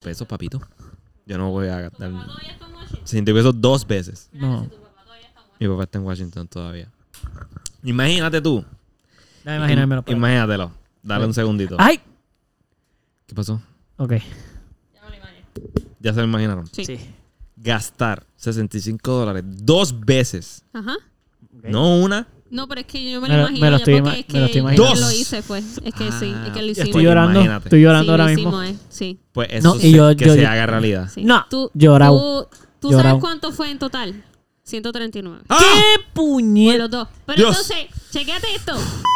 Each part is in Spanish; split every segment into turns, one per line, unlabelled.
pesos, papito. Yo no voy a gastar 60 pesos dos veces.
No.
Mi papá está en Washington todavía. Imagínate tú.
Dame imaginármelo. pero-
Imagínatelo.
Pues.
Dale un segundito.
¡Ay!
¿Qué pasó?
Ok.
Ya se lo imaginaron.
Sí.
Gastar 65 dólares dos veces.
Ajá.
No una.
No, pero es que yo me
Me
lo
lo-
imagino
me lo
ya
estoy ima-
porque es
me lo
que
estoy
yo
imaginando.
lo
Dos.
hice fue. Es que sí, es que
Ah,
lo
ya
hicimos.
Estoy
Pues
llorando.
imagínate.
Estoy llorando
Sí, lo
ahora mismo.
hicimos, eh. Sí,
Pues eso
No, y
se-
yo-
que
yo-
se
yo-
haga realidad.
sí.
No,
Tú,
llorado.
tú- ¿tú
Llorado.
sabes cuánto fue en total? 139.
¡Ah!
¡Qué puñet!
Los dos. Pero
Dios.
entonces, chequéate esto,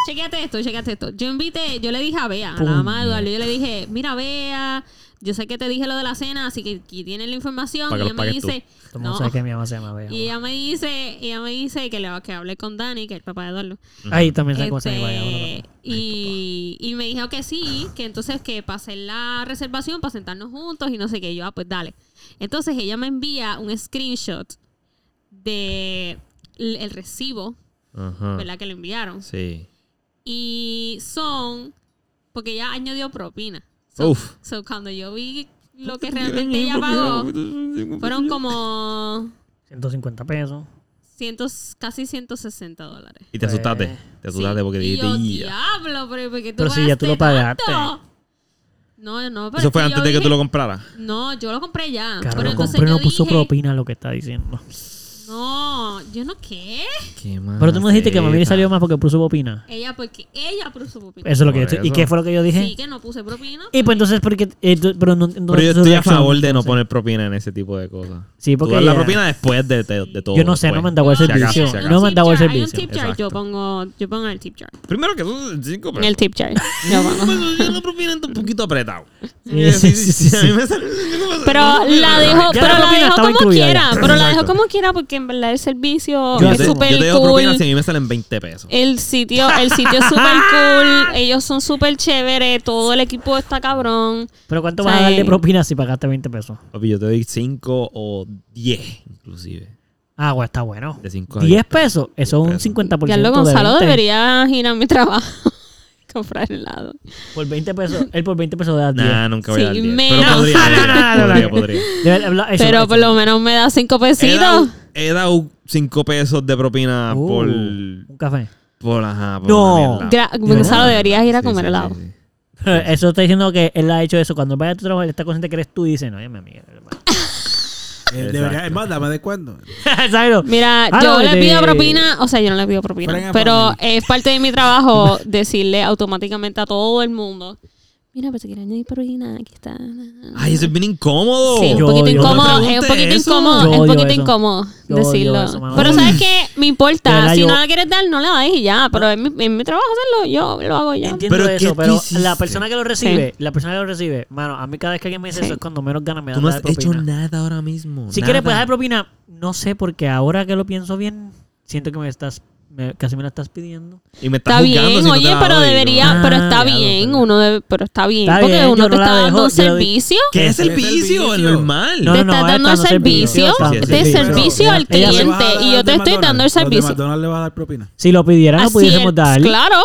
chequéate esto, chequéate esto. Yo invité, yo le dije a Bea, a la mamá de Eduardo, yo le dije, mira Bea, yo sé que te dije lo de la cena, así que aquí tienes la información.
Para
Y
que
ella
lo
me
pagues tú.
dice,
Todo el mundo
no.
sabe que mi mamá se llama Bea.
Y ella me dice, ella me dice que le que hable con Dani, que es el papá de Eduardo.
Ahí también sabe cómo se llama
Este,
Bea.
y, y me dijo que sí, que entonces que para hacer la reservación, para sentarnos juntos y no sé qué. Y Yo, ah, pues dale. Entonces ella me envía un screenshot de l- el recibo,
Ajá.
¿verdad? Que le enviaron.
Sí.
Y son, porque ella añadió propina. So,
Uf.
so, cuando yo vi lo que realmente ella pagó, fueron como
150 pesos.
cientos, casi 160 dólares.
Y te asustaste. Te asustaste
Sí.
porque
Y
dijiste,
yo,
"Ya".
diablo, pero ¿por qué tú
Pero si ya tú lo
pagaste
pagaste.
tanto?" No, no, pero
Eso
es
fue antes
Pues yo
de que tú lo
dije-
compraras.
No, yo lo compré ya. pero
Carlos
entonces
compré
yo
no puso
dije,
propina lo que está diciendo.
Ah,
No, yo no qué.
Qué
Pero tú me dijiste que a mí
mamaceta.
le salió más porque puso propina.
Ella, porque ella puso propina.
Eso es lo que yo
Por
estoy- ¿Y
eso.
qué fue lo que yo dije?
Sí, que no puse propina.
Y pues entonces, porque. eh, tú- pero no, no-
Pero yo
tu
estoy a
reacción,
favor de no
entonces.
poner propina en ese tipo de cosas.
Sí,
Tú
porque
das la
ya-
propina después de, de- de todo.
Yo no sé,
después.
no me han dado el
Si acaso,
servicio.
si acaso.
No me han dado el
Hay un
servicio.
tip jar, yo
Exacto.
pongo, yo pongo en el tip jar.
Primero que son cinco
En
pesos.
el tip jar. Yo pongo.
Pues, yo la propina está un poquito apretado.
Sí, sí, sí, sí,
A mí me sale- yo no me-
Pero la dejó,
Ya
pero
la
la
propina
dejó
estaba
como
incluida
quiera.
ya.
Pero la dejó
Exacto.
como quiera porque en verdad el servicio
Yo
Yo
es
te, yo
súper
te dejo
cool.
propina si a mí me salen 20 pesos.
El sitio, el sitio es súper cool. Ellos son súper chéveres. Todo el equipo está cabrón.
Pero ¿cuánto
O
vas a
sea,
darle
eh,
propina si pagaste 20 pesos?
Papi, yo te doy 5 o 10, inclusive.
Ah, bueno, está bueno.
De cinco a
10
diez
pesos, eso es un 50%
Ya lo
de
Gonzalo
20.
debería ir a mi trabajo. y Comprar helado.
Por 20 pesos, él por 20 pesos da 10.
Nah, nunca voy a dar
Sí,
10.
menos.
Pero podría,
No, no, no, no, no,
podría,
no.
podría.
Debe- habla- eso-
Pero
eso.
por lo menos me da cinco
He dado-
pesitos.
He dado 5 pesos de propina
Uh,
Ah, por...
Un café.
Por, ajá, por
No.
una mierda.
Gra- Gonzalo, deberías ir a comer helado.
sí, sí.
Eso está diciendo que él ha hecho eso. Cuando vaya a tu trabajo, él está consciente que eres tú y dice, no, ya mi amiga.
Eh, debería, es más, dame de cuándo.
¿Sabes?
Mira,
Ah,
yo
no,
le
de-
pido propina, o sea, yo no le pido propina,
Friend and
pero
family.
es parte de mi trabajo decirle automáticamente a todo el mundo, mira, pero si quieres añadir propina, aquí está.
Ay, eso es bien incómodo.
Sí,
Yo
un poquito
odio
incómodo,
eso.
es un poquito
Eso.
incómodo,
Yo
es un
odio
poquito
eso.
incómodo
Yo odio
decirlo.
eso, mano.
pero sabes que me
De
importa,
verdad,
si
yo-
no la quieres dar, no la des y ya, pero en mi, en mi trabajo hacerlo, yo lo hago ya.
Entiendo
Pero ¿qué
eso,
tú
pero la
hiciste?
persona que lo recibe, la persona que lo recibe, mano, a mí cada vez que alguien me dice
Sí.
eso es cuando menos ganas me da
Tú no
de
has
propina.
hecho nada ahora mismo.
Si
nada.
quieres puedes dar propina, no sé, porque ahora que lo pienso bien, siento que me estás, me- casi me la estás pidiendo.
Y me estás
Está
juzgando
bien,
si no te
oye,
la
pero
doy, ¿no?
debería,
Ah,
pero está
diablo,
bien,
pero-
uno debe, pero está bien,
Está
porque
bien,
uno
yo
te
no la
está dando
dejo,
un
yo la di-
servicio.
¿Qué es
¿Qué
el
es el
vicio? Es
vicio?
normal.
No,
te
no,
estás
no,
dando el
está dando
servicio,
servicio,
sí, sí,
de
sí.
servicio al
Pero- ella se
cliente y yo te estoy dando el servicio.
McDonald's le va a dar propina.
Si lo pidieran, lo
Así
pudiésemos
es,
dar.
Claro,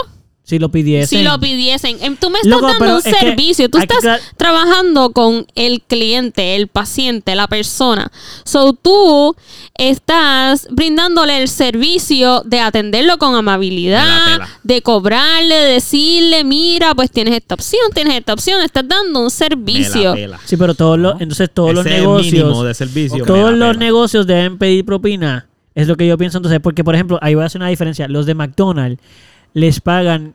Si lo pidiesen.
si lo pidiesen. Em, Tú me estás
Loco, pero
dando un
es que
servicio, tú
hay que
estás
aclar-
trabajando con el cliente, el paciente, la persona. So tú estás brindándole el servicio de atenderlo con
Me la
amabilidad,
pela.
de cobrarle, de decirle, mira, pues tienes esta opción, tienes esta opción, estás dando un
Me
servicio.
la pela.
Sí, pero todos los, entonces todos los
Ese mínimo
negocios,
de servicio.
todos
me la
los
pela.
negocios deben pedir propina. Es lo que yo pienso entonces, porque por ejemplo, ahí voy a hacer una diferencia. Los de McDonald's les pagan,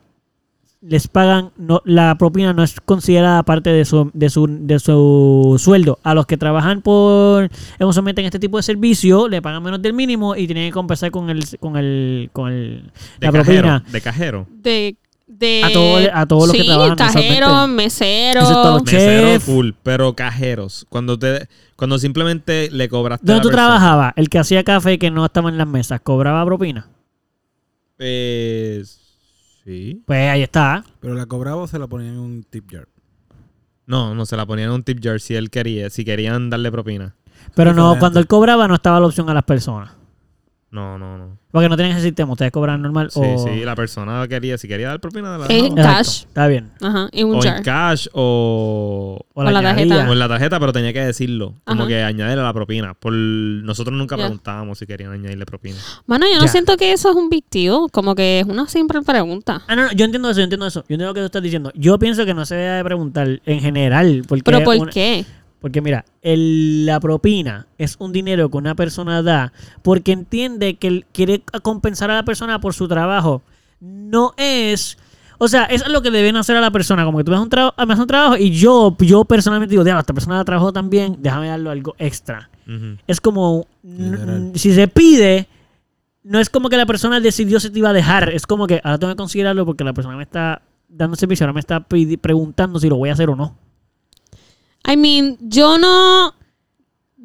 les pagan, no, la propina no es considerada parte de su, de su, de su sueldo. A los que trabajan por, usualmente en este tipo de servicio, le pagan menos del mínimo y tienen que compensar con el, con el, con el,
De
la
cajero,
propina.
De cajero.
De, de-
A todo- a todos los que
sí,
trabajan,
tajeros,
usualmente.
meseros.
Eso es todo.
Mesero
Chef.
full, pero cajeros. Cuando te cuando simplemente le cobraste a la
¿Dónde tú
persona.
trabajabas? El que hacía café que no estaba en las mesas, ¿cobraba propina?
Eh, sí.
Pues ahí está.
Pero la cobraba o se la ponía en un tip jar.
No, no se la ponían en un tip jar si él quería, si querían darle propina.
Pero no,
Diferente.
cuando él cobraba no estaba la opción a las personas.
No, no, no.
Porque no tienen ese sistema, ustedes cobran normal
Sí,
o...
sí, la persona quería, si quería dar propina, la daba.
Eh,
Exacto,
Cash.
Está bien.
Ajá, en un
O
jar.
en cash o,
O la tarjeta.
añadida.
o en la tarjeta, pero tenía que decirlo. Como
Ajá.
que añadirle la propina. Por... Nosotros nunca
Ya.
preguntábamos si querían añadirle propina.
Mano, yo no
Ya.
siento que eso es un big deal. Como que es una simple pregunta.
Ah, no, no, yo entiendo eso, yo entiendo eso. Yo entiendo lo que tú estás diciendo. Yo pienso que no se debe preguntar en general. Porque
¿Pero por
una-
qué?
Porque mira, el- la propina es un dinero que una persona da porque entiende que él quiere compensar a la persona por su trabajo. No es... O sea, eso es lo que deben hacer a la persona. Como que tú me das un, traba- me das un trabajo y yo, yo personalmente digo, "Diablo, esta persona trabajó tan bien, déjame darle algo extra.
Ujú.
Es como,
Literal.
si se pide, no es como que la persona decidió si te iba a dejar. Es como que ahora tengo que considerarlo porque la persona me está dando servicio, ahora me está pidi- preguntando si lo voy a hacer o no.
I mean, yo no.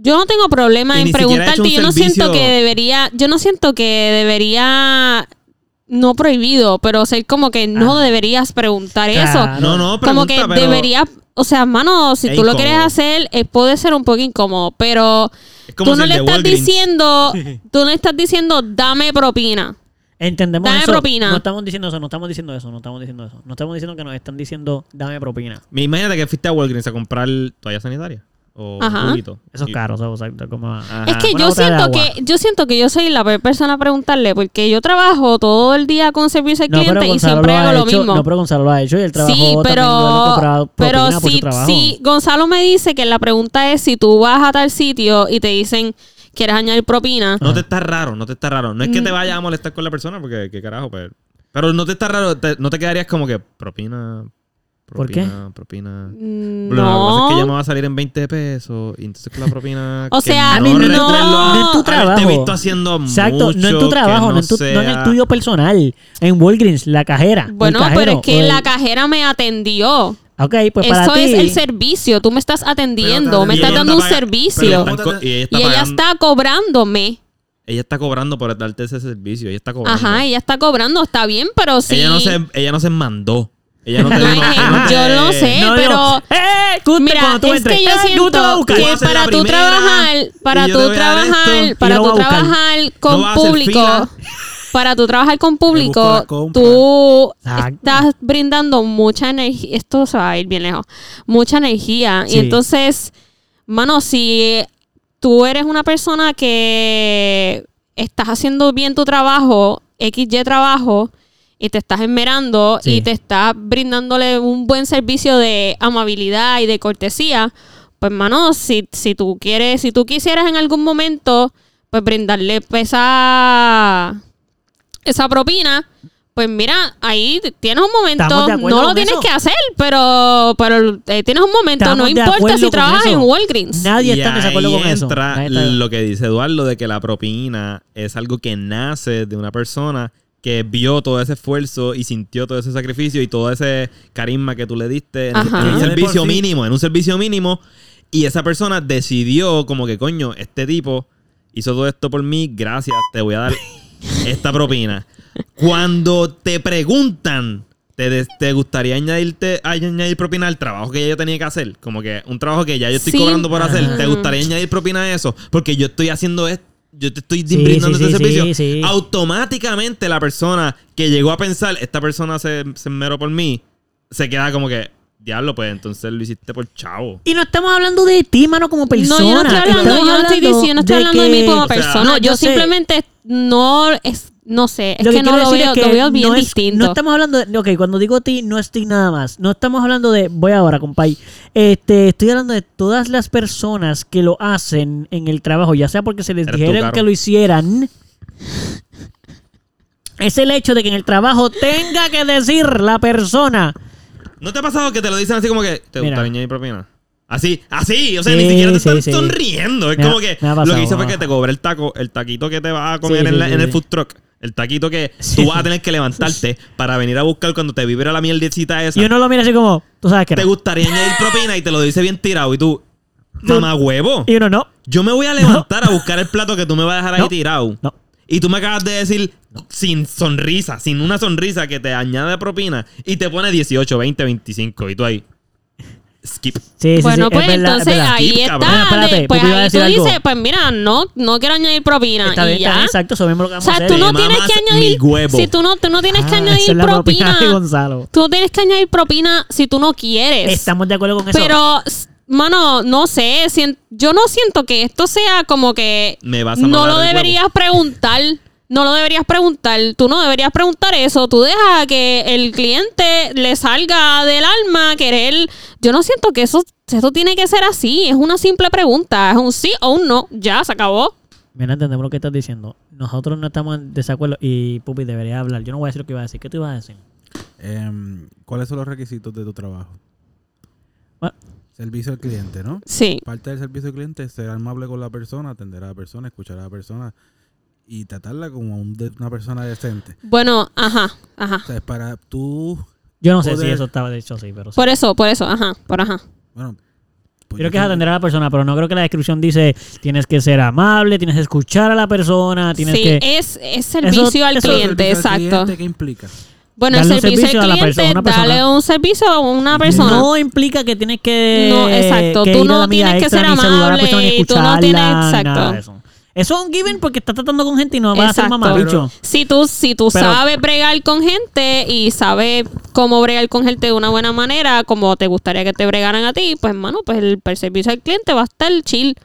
Yo no tengo problema
Y
en
ni siquiera ha hecho
preguntarte.
un
Yo no siento
servicio-
que debería. Yo no siento que debería. No prohibido, pero ser como que no
Ah.
deberías preguntar eso.
Claro.
No, no,
como
pregunta,
que
pero-
debería. O sea, mano, si
Es
tú lo
incómodo.
quieres hacer, eh, puede ser un poco incómodo, pero
Es como
tú
si
no
el
le
de
estás
Walgreens-
diciendo, tú no le estás diciendo, dame propina.
Entendemos
Dame
eso.
propina.
No estamos diciendo eso, no estamos diciendo eso, no estamos diciendo eso. No estamos diciendo que nos están diciendo dame propina.
Me imagínate que fuiste a Walgreens a comprar toalla sanitaria o
Ajá.
juguito.
Eso es
Y-
caro, eso, exacto, como-
Ajá.
Es que
una
yo
gota de
siento
agua.
que yo siento que yo soy la peor persona a preguntarle porque yo trabajo todo el día con servicio al
No, pero
cliente y
Gonzalo
siempre
lo
hago
ha
lo
hecho,
mismo.
no, pero Gonzalo lo ha hecho y el trabajo
sí, pero, pero si, si Gonzalo me dice que la pregunta es si tú vas a tal sitio y te dicen quieres añadir propina,
No te está raro, no te está raro. No es
Mm.
que te vaya a molestar con la persona, porque qué carajo, pero. Pero no te está raro, te- no te quedarías como que propina.
¿Por qué?
propina, Propina.
mm,
Pero Lo que pasa es que ya me
no.
va a salir en 20 pesos. Y entonces con la propina.
O
que
sea,
A mí no, en tu-
recuerdo
no
en tu trabajo.
haberte visto haciendo
Exacto,
mucho,
no en tu
que
trabajo, no, en tu- no en el
sea-
tuyo personal. En Walgreens, la cajera. o el
Bueno, pero
cajero,
es que
o el-
la cajera me atendió.
Ok, pues para
Eso
ti.
es el servicio. Tú me estás atendiendo,
Pero
me
Y
estás
ella
dando
está
un
paga- pero
servicio.
están co- y ella está,
Y ella
pagando-
está cobrándome.
ella está cobrando por darte ese servicio. Ella está cobrando.
Ajá, ella está cobrando, está bien, pero sí.
Ella no se, ella no se mandó. Ella no te
No,
dijo,
es que
"Ah,
yo
te-
no sé,
No,
pero.
digo, ¡Eh! Custer,
Mira,
cuando tú
es
entres,
que yo
¡eh, tú te vas a
siento
buscar!
Yo voy
que
a ser la
para tú
primera,
trabajar, para
y yo
tú
te voy a dar
trabajar,
esto,
para
y lo
tú
voy a buscar.
trabajar
No
con
vas a hacer
público,
fila.
para tú trabajar con
busco la
público,
compra.
tú
Exacto.
estás brindando mucha energía, esto se va a ir bien lejos, mucha energía.
Sí.
Y entonces, mano, si tú eres una persona que estás haciendo bien tu trabajo, XY trabajo, y te estás esmerando
Sí.
y te estás brindándole un buen servicio de amabilidad y de cortesía, pues mano, si, si tú quieres, si tú quisieras en algún momento, pues brindarle pues, esa, esa propina, pues mira, ahí tienes un
Estamos
momento,
de acuerdo
no lo
con
tienes
eso.
que hacer, pero, pero eh, tienes un momento,
Estamos
no
de
importa
acuerdo
si
con
trabajas
eso.
en Walgreens.
Nadie está en
ahí
desacuerdo con eso.
entra
Nadie está-
lo que dice Eduardo de que la propina es algo que nace de una persona que vio todo ese esfuerzo y sintió todo ese sacrificio y todo ese carisma que tú le diste en,
Ajá.
en
Ya
un
de por
servicio
sí.
mínimo, en un servicio mínimo. Y esa persona decidió como que, coño, este tipo hizo todo esto por mí, gracias, te voy a dar esta propina. Cuando te preguntan, ¿te, des- te gustaría añadirte, ay- añadir propina al trabajo que ya yo tenía que hacer? Como que un trabajo que ya yo estoy
Sí.
cobrando por hacer.
Ajá.
¿Te gustaría añadir propina a eso? Porque yo estoy haciendo esto. Yo te estoy
Sí,
brindando
sí,
este
sí,
servicio.
sí, sí.
Automáticamente la persona que llegó a pensar, esta persona se, se enmeró por mí, se queda como que, diablo, pues entonces lo hiciste por chavo.
Y no estamos hablando de ti, mano, como persona.
No, yo no estoy hablando,
Estamos
yo no estoy, diciendo- yo no estoy hablando de,
que-
mí como
O sea,
persona.
no,
yo,
yo sé.
simplemente no es, no sé, es
Lo
que,
quiero
no lo
decir
veo,
es que
lo veo bien
no es-
distinto.
no estamos hablando de, ok, cuando digo ti, no es ti nada más. No estamos hablando de, voy ahora, compay. Este, estoy hablando de todas las personas que lo hacen en el trabajo, ya sea porque se les
Eres tú,
dijeron
Caro.
que lo hicieran. Es el hecho de que en el trabajo tenga que decir la persona.
¿No te ha pasado que te lo dicen así como que te
Mira.
gustaría añadir propina? Así, así, o sea,
Sí,
ni siquiera te
sí,
están
sí.
sonriendo. Es
Me ha-
como que
me ha
lo
pasado,
que hice
me
fue
ha
que te cobré el taco, el taquito que te vas a comer
Sí,
en,
sí,
la-
sí,
en el
sí.
food truck. El taquito que
Sí.
tú vas a tener que levantarte para venir a buscar cuando te vibra la mierdecita esa.
Y uno lo mira así como, tú sabes que
te
no.
gustaría añadir propina y te lo dice bien tirado. Y tú, mamá huevo,
Y uno no,
yo me voy a levantar a buscar el plato que tú me vas a dejar ahí
No.
tirado.
no.
Y tú me acabas de decir sin sonrisa, sin una sonrisa que te añade propina y te pone 18, 20, 25 y tú ahí. Skip.
Sí, sí,
bueno,
sí, es
pues
verdad, es
entonces
verdad.
ahí
Sí,
está.
cabrón.
Ah, espérate,
de- pues
porque iba a
ahí tú
decir algo.
dices, pues mira, no, no quiero añadir propina.
Está bien,
Ah, y
está bien,
ya.
exacto, eso mismo lo
O
que vamos a
sea,
hacer.
tú no
Te
tienes que
mamas
añadir.
mi huevo.
Si tú no, tú no tienes que
Ah, esa
añadir
es la
propina.
de Gonzalo.
Tú no tienes que añadir propina si tú no quieres.
Estamos de acuerdo con eso.
Pero, s- mano, no sé. sien- yo no siento que esto sea como que.
Me vas a
No
mamar
lo
el
deberías preguntar. No lo deberías preguntar. Tú no deberías preguntar eso. Tú dejas que el cliente le salga del alma querer. Yo no siento que eso. Esto tiene que ser así. Es una simple pregunta. Es un sí o un no. Ya, se acabó.
Mira, entendemos lo que estás diciendo. Nosotros no estamos en desacuerdo y Pupi debería hablar. Yo no voy a decir lo que iba a decir. ¿Qué tú ibas a decir?
Em, ¿Cuáles son los requisitos de tu trabajo?
Bueno,
Servicio al cliente, ¿no?
Sí.
Parte del servicio al cliente es ser amable con la persona, atender a la persona, escuchar a la persona y tratarla como un de- una persona decente.
Bueno, ajá,
O
ajá.
sea, para tú...
Yo no sé si
Joder.
eso estaba dicho así, pero sí.
Por eso, por eso, ajá, por ajá.
Bueno,
Creo
pues yo
que es
tengo-
atender a la persona, pero no creo que la descripción dice tienes que ser amable, tienes que escuchar a la persona, tienes
sí,
que...
es, es servicio
Eso-
al
eso-
cliente,
Servicio al
exacto.
cliente, ¿Qué implica?
Bueno,
Darle
el
un
servicio,
servicio a
al
la
cliente,
persona, a una persona.
darle un servicio a una persona.
No implica que tienes que...
No, exacto.
que
Tú
ir a
no
la milla
tienes que
extra,
ser
ni saludar a la
amable
persona, ni
y tú no tienes-
escucharla, nada
exacto.
de Eso. Eso es un given porque estás tratando con gente y no vas a ser
Exacto.
mamabicho.
si tú, si tú
Pero-
sabes bregar con gente y sabes cómo bregar con gente de una buena manera, como te gustaría que te bregaran a ti, pues hermano, pues el, el servicio al cliente va a estar chill.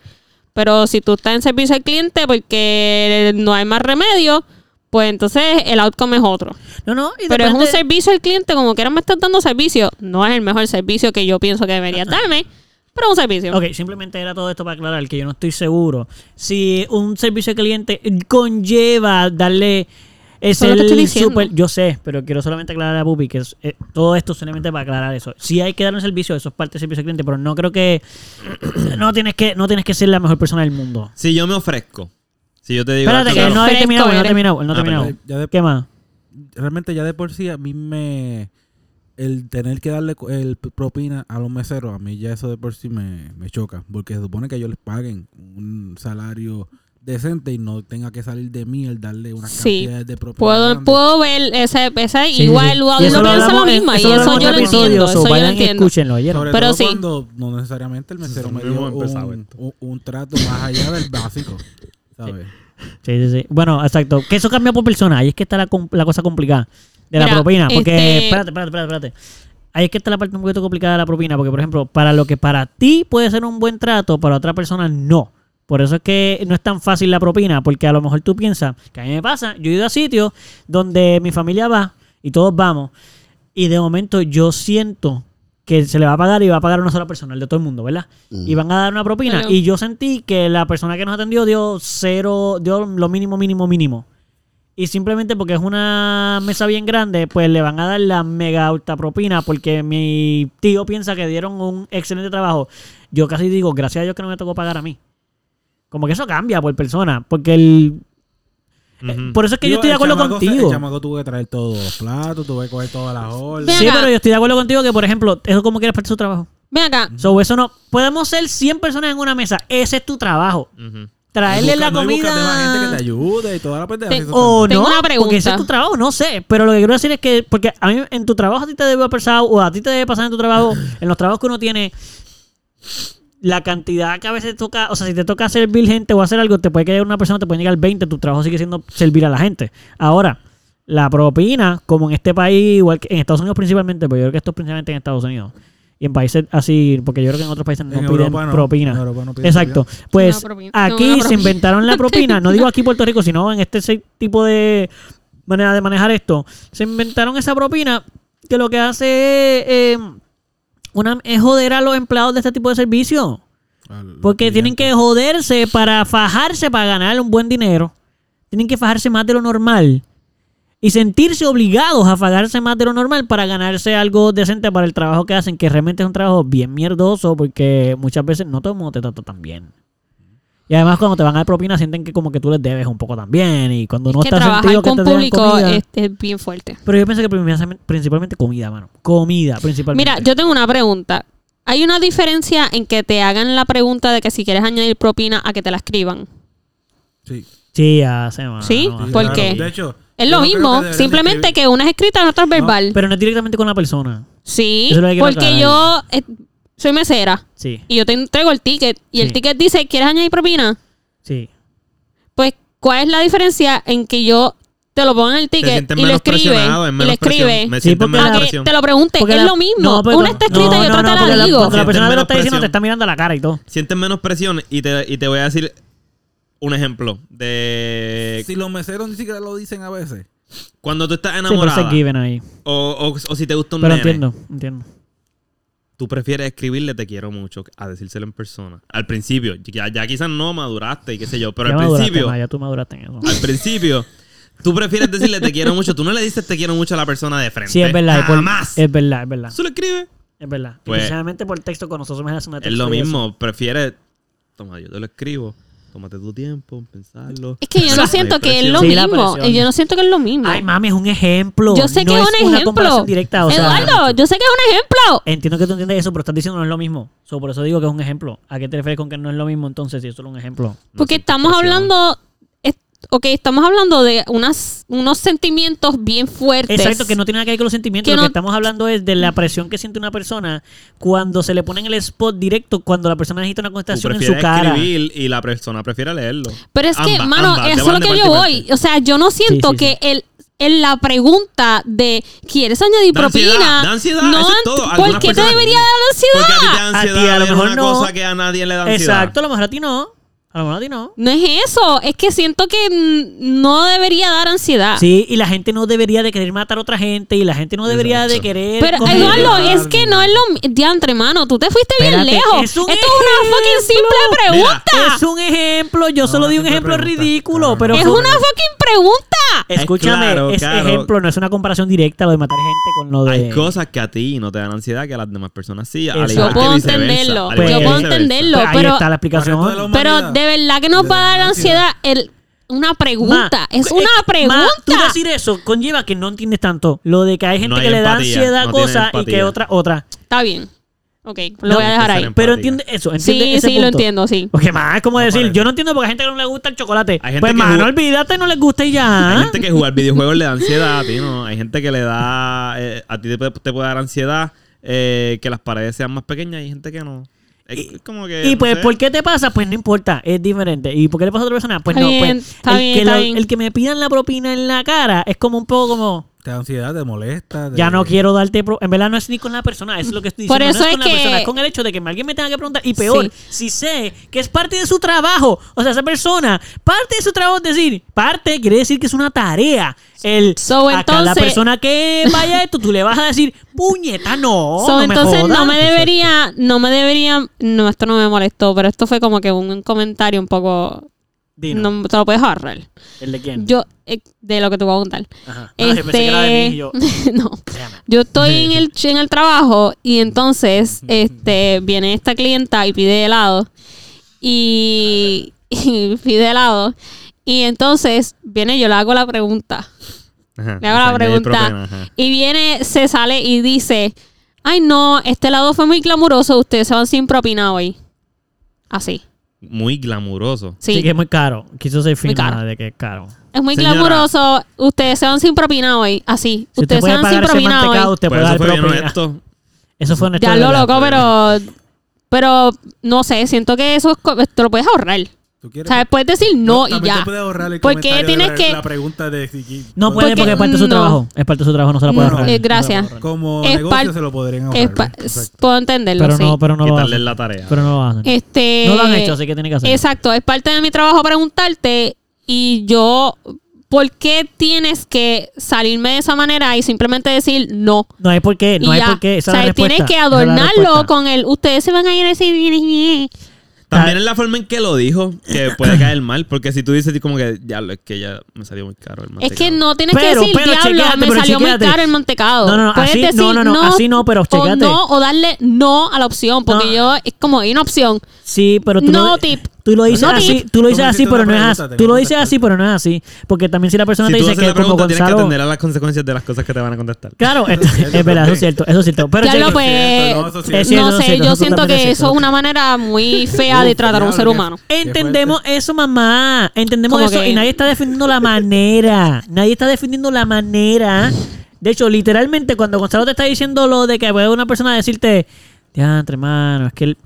Pero si tú estás en servicio al cliente porque no hay más remedio, pues entonces el outcome es otro.
No, no, y
Pero es un
depende-
servicio al cliente, como quiera me estás dando servicio. No es el mejor servicio que yo pienso que debería darme, pero un servicio.
Ok, simplemente era todo esto para aclarar que yo no estoy seguro si un servicio al cliente conlleva darle es
Eso es lo que estoy
el
diciendo.
super, yo sé, pero quiero solamente aclarar a Pupi que es, eh, todo esto solamente para aclarar eso. Si hay que dar un servicio, eso es parte del servicio al cliente, pero no creo que no tienes que no tienes que ser la mejor persona del mundo.
Si yo me ofrezco, si yo te digo.
Espérate,
"Hacho,
que él no
cabrón,
ha
Fresco
terminado, él no ha
eres.
terminado, él no ha
Ah,
terminado.
perdón.
Ya de-
¿Qué más?
Realmente ya de por sí a mí me... El tener que darle co- el p- propina a los meseros, a mí ya eso de por sí me, me choca. Porque se supone que ellos les paguen un salario decente y no tenga que salir de mí el darle unas
Sí.
cantidades de propina.
Puedo,
grandes.
puedo ver ese, ese
Sí, sí,
igual, igual,
sí. Y
lo piensa
hablamos
la
en-
misma, y
lo
eso yo
hablamos en
lo
otro
entiendo,
episodio, so
eso yo lo
vayan y
entiendo.
Escúchenlo, ¿oyeron?
Sobre
Pero
todo
sí.
cuando no necesariamente el mesero me dio
Hemos empezado
un,
esto.
un, un trato más allá del básico, ¿sabes?
Sí, sí, sí. Bueno, exacto. Que eso cambia por persona. Ahí es que está la, com- la cosa complicada de la
Mira,
propina. Porque,
este-
espérate, espérate, espérate, espérate. Ahí es que está la parte un poquito complicada de la propina. Porque, por ejemplo, para lo que para ti puede ser un buen trato, para otra persona no. Por eso es que no es tan fácil la propina. Porque a lo mejor tú piensas, que a mí me pasa, yo he ido a sitios donde mi familia va y todos vamos. Y de momento yo siento que se le va a pagar y va a pagar una sola persona, el de todo el mundo, ¿verdad? Y van a dar una propina.
Claro.
Y yo sentí que la persona que nos atendió dio cero, dio lo mínimo, mínimo, mínimo. Y simplemente porque es una mesa bien grande, pues le van a dar la mega alta propina porque mi tío piensa que dieron un excelente trabajo. Yo casi digo, gracias a Dios que no me tocó pagar a mí. Como que eso cambia por persona, porque el...
Ujú.
Por eso es que yo
Mm. Digo,
estoy de
el
acuerdo
chamaco se-
contigo.
El chamaco tuvo que traer todos los platos, tuvo que coger todas las
Ven
órdenes.
Sí,
acá.
pero yo estoy de acuerdo contigo que, por ejemplo, eso como quieres para su trabajo.
Ven acá,
So, eso no. Podemos ser 100 personas en una mesa. Ese es tu trabajo.
Ujú.
Traerle
Y
la
busca- no, y búscate más
comida.
gente que te ayude y toda la pendeja.
Te-
Eso
O
Tengo
no,
una
porque ese
pregunta.
es tu trabajo, no sé. Pero lo que quiero decir es que, porque a mí en tu trabajo a ti te debe pasar, o a ti te debe pasar en tu trabajo, en los trabajos que uno tiene, la cantidad que a veces toca, o sea, si te toca servir gente o hacer algo, te puede quedar una persona, te puede llegar 20, tu trabajo sigue siendo servir a la gente. Ahora, la propina, como en este país, igual que en Estados Unidos principalmente, pero yo creo que esto es principalmente en Estados Unidos. Y en países así, porque yo creo que en otros países no
En
piden
Europa no.
propina.
En Europa no piden
Exacto. Pues
Una propina.
aquí
Una
se
propina.
inventaron la propina. No digo aquí en Puerto Rico, sino en este se- tipo de manera de manejar esto. Se inventaron esa propina que lo que hace es, eh, una, es joder a los empleados de este tipo de servicio.
Al-
Porque
al
tienen que
cliente.
joderse para fajarse para ganar un buen dinero. Tienen que fajarse más de lo normal. Y sentirse obligados a fajarse más de lo normal para ganarse algo decente para el trabajo que hacen, que realmente es un trabajo bien mierdoso, porque muchas veces no todo el mundo te trata tan bien. Y además cuando te van a dar propina sienten que como que tú les debes un poco también. Y cuando no
que
está
trabajar
sentido que
con
te den
público
comida.
es, es bien fuerte.
Pero yo pienso que principalmente, principalmente comida, mano. Comida, principalmente.
Mira, yo tengo una pregunta. ¿Hay una diferencia en que te hagan la pregunta de que si quieres añadir propina a que te la escriban?
Sí.
Sí, hace, mano,
Sí,
hace.
¿Por qué?
Ah, De hecho,
Es
yo
lo
no creo que
mismo,
deberían
simplemente
escribir-
que una es escrita y otra es verbal.
Pero no es directamente con la persona.
sí,
Eso es lo que quiero
porque yo... eh, soy mesera
Sí,
y yo te entrego el ticket y el
Sí.
ticket dice, ¿quieres añadir propina?
sí.
Pues, ¿cuál es la diferencia en que yo te lo ponga en el
Te
ticket
sientes
y le
menos
escribe?
presionado, es
Y le
menos presión.
escribe.
Me
Sí,
siento
porque
menos
A que
presión.
te lo pregunten,
Porque
es
la-
lo mismo.
no, porque-
Una está escrita y
no,
otra
no,
te
porque
la digo.
Cuando la
Sienten
persona te lo
menos
está diciendo, te
presión.
está mirando a la cara y todo.
Sientes menos presión y te, y te voy a decir un ejemplo de
Si los meseros ni siquiera lo dicen a veces.
cuando tú estás
Sí, pero ese
enamorada
es pues given ahí.
o, o- o si te gusta un
Pero
nene.
entiendo, entiendo.
Tú prefieres escribirle te quiero mucho a decírselo en persona. Al principio, ya, ya quizás no maduraste y qué sé yo, pero
ya
al
maduraste,
principio,
ma, ya tú maduraste en eso.
al principio, tú prefieres decirle te quiero mucho. Tú no le dices te quiero mucho a la persona de frente.
Sí, es verdad. y por-
Jamás.
Es verdad, es verdad.
Tú le escribes.
Es verdad.
Pues-
Especialmente por el texto con nosotros me hace una
Es
texto
lo
y eso.
mismo, prefieres. Toma, yo te lo escribo. Tómate tu tiempo, pensarlo.
Es que yo no siento que es lo
Sí, la
mismo. Eh,
presión.
Yo no siento que es lo mismo.
Ay, mami, es un ejemplo.
Yo sé
No
que es
es
un
una
ejemplo.
comparación directa, o sea-
Eduardo, yo sé que es un ejemplo.
Entiendo que tú entiendes eso, pero estás diciendo no es lo mismo. So, por eso digo que es un ejemplo. ¿A qué te refieres con que no es lo mismo entonces si es solo un ejemplo?
Porque estamos hablando, es- ok, estamos hablando de unas, unos sentimientos bien fuertes.
Exacto, que no tiene nada que ver con los sentimientos.
Que
lo
no-
que estamos hablando es de la presión que siente una persona cuando se le pone en el spot directo, cuando la persona necesita una
Tú
contestación en su
prefieres
cara.
escribir y la persona prefiere leerlo.
Pero es que,
Ambas,
mano,
ambas, te
eso es
van
lo
de
que yo
parte y
voy. O sea, yo no siento
sí,
que el en la pregunta de ¿quieres añadir
Da
propina?
ansiedad, da ansiedad,
no
eso es
ant-
todo.
¿Por
Algunas
qué te
personas-
debería dar
Porque a ti te
ansiedad?
da
A ti a
ansiedad
lo
ver
mejor
una
no.
cosa que a nadie le da ansiedad.
Exacto, a lo mejor a ti no. A lo mejor a ti no.
No es eso, es que siento que mm, no debería dar ansiedad.
Sí, y la gente no debería de querer matar a otra gente y la gente no debería de
Exacto.
querer...
Pero
coger-
Eduardo, es que no es lo mi- diantre, mano, tú te fuiste bien
Espérate,
lejos.
es un
Esto es una fucking simple pregunta.
Es un ejemplo, yo
No,
solo
una
di un
simple
ejemplo
pregunta.
ridículo,
Claro.
pero...
es
fue-
una fucking pregunta.
Escúchame,
Claro,
es
claro.
ejemplo, no es una comparación directa lo de matar gente con lo de...
Hay cosas que a ti no te dan ansiedad que a las demás personas sí. Al
Eso.
igual
Yo
que
puedo
viceversa,
entenderlo,
al igual
yo
que
puedo
viceversa.
entenderlo.
Pues ahí
pero-
está la explicación.
Para el resto de los
Pero
Humanidad.
de verdad que nos
De
va a dar
la
ansiedad el, una
Ma,
pregunta. es
eh,
una
ma,
pregunta.
tú decir eso conlleva que no entiendes tanto. Lo de que hay gente
No hay
que le da
empatía,
ansiedad a
no tiene
cosas y
empatía.
que otra, otra.
Está bien. Ok, lo
No,
voy a dejar
empezar
ahí.
en-
Pero
Empática.
entiende eso,
Sí,
entiende
sí,
ese
lo
punto.
entiendo, sí.
Porque más es como decir,
parece.
yo no entiendo porque a gente que no le gusta el chocolate.
Hay gente
Pues
que
más,
ju-
no olvídate, no les gusta y
Hay
ya.
gente que jugar videojuegos le da ansiedad a ti, ¿no? Hay gente que le da... eh, a ti te, puede- te puede dar ansiedad eh, que las paredes sean más pequeñas y hay gente que no. Es
Y-
como que...
Y
no
pues,
sé.
¿por qué te pasa? Pues no importa, es diferente. ¿Y por qué le pasa a otra persona? Pues
Está
no,
bien,
pues.
está
el,
bien,
que
está
la-
bien.
el que me pidan la propina en la cara es como un poco como.
Te da ansiedad, te molesta. te-
Ya no quiero darte. pro- En verdad, no es ni con la persona, es lo que estoy diciendo.
Por eso
no es,
es
con la
que-
persona, es con el hecho de que alguien me tenga que preguntar. Y peor, si sé que es parte de su trabajo, o sea, esa persona, parte de su trabajo es decir, parte quiere decir que es una tarea. El,
So,
a cada
entonces-
persona que vaya a esto, tú le vas a decir, puñeta, no.
So,
no
entonces
me
no
jodas".
me debería, no me debería, no, esto no me molestó, pero esto fue como que un, comentario un poco,
Dino,
no te lo puedes ahorrar.
¿El de quién?
Yo, eh, de lo que te voy a contar.
Ajá. Ah,
Este,
yo pensé que era de mí y yo.
no,
espérame.
yo estoy en el, en el trabajo y entonces este, viene esta clienta y pide helado. Y, y pide helado. Y entonces viene, yo le hago la pregunta.
Ajá,
Le hago la
o sea, y hay
pregunta.
problema, ajá.
Y viene, se sale y dice, ay no, este helado fue muy glamuroso, ustedes se van sin propina hoy. Así.
Muy glamuroso.
Sí,
Sí,
que es muy caro. Quiso ser
caro.
fina de que es caro.
es muy
Señora.
glamuroso, ustedes se van sin propina hoy. Así,
Si usted
ustedes se
puede
van sin
pagar ese
propina hoy.
mantecado, usted
Por
puede
eso
dar
fue bien
propina.
honesto.
Eso fue honesto.
Ya
de
lo
verdad.
loco, pero. Pero no sé, siento que eso es co- te lo puedes ahorrar.
¿Tú
O
quieres?
sea, puedes decir no, y
también
ya.
te puede ahorrar el
¿Por qué
comentario de
tienes
la,
que-
La pregunta de si...
No puede
Porque
porque es parte de su
no.
trabajo. Es parte de su trabajo, no se la puede
No,
ahorrar.
eh,
No se la puede
gracias.
ahorrar.
Como
Es
negocio
par-
se lo podrían
Es
ahorrar.
pa-
Exacto.
puedo entenderlo,
Pero
sí.
no, pero no lo
Quitarle
hacen.
la tarea.
Pero no lo hacen.
este,
No lo han hecho, así que tiene que hacerlo.
Exacto, es parte de mi trabajo preguntarte y yo. ¿Por qué tienes que salirme de esa manera y simplemente decir no?
No hay por qué, Eh, no
y
hay
ya.
por qué.
o
Esa es la
sea,
respuesta,
tienes que
esa es la
adornarlo
respuesta.
con el. Ustedes se van a ir a decir.
También en la forma en que lo dijo, que puede caer mal, porque si tú dices como que, ya, es que ya me salió muy caro el
Es
mantecado".
que no tienes
Pero,
que decir,
pero,
diablo,
chequéate,
me
pero
salió
chequéate".
muy caro el mantecado.
No, no, no,
Puedes
así-
decir
no, no, no, así no, pero
O
chequéate.
no, o darle no a la opción, porque
No.
yo, es como, hay una opción.
Sí, pero tú
No
lo,
tip.
Tú lo dices
No
así,
tip.
tú lo
Tú
dices
me
así,
hiciste
pero
una
no es así.
pregunta,
Tú lo
tengo
dices
que
así, pero no es así, porque también si la persona
si
te
tú
dice
haces la
que como
pregunta, tienes que
Gonzalo,
atender a las consecuencias de las cosas que te van a contestar.
claro, es, es verdad, eso es cierto, eso es cierto. Pero
Diablo,
cheque-
pues,
no, eso sí es.
Sí,
no
no, sí,
sé,
no,
yo
eso
siento
también es
que eso es
cierto.
una manera muy fea de
Uf,
tratar a un
diablo,
ser
qué-
humano.
Entendemos eso, mamá. Entendemos
Como
eso.
que-
Y nadie está defendiendo la manera. Nadie está defendiendo la manera. De hecho, literalmente, cuando Gonzalo te está diciendo lo de que puede una persona decirte, ya, entre mano, es que el-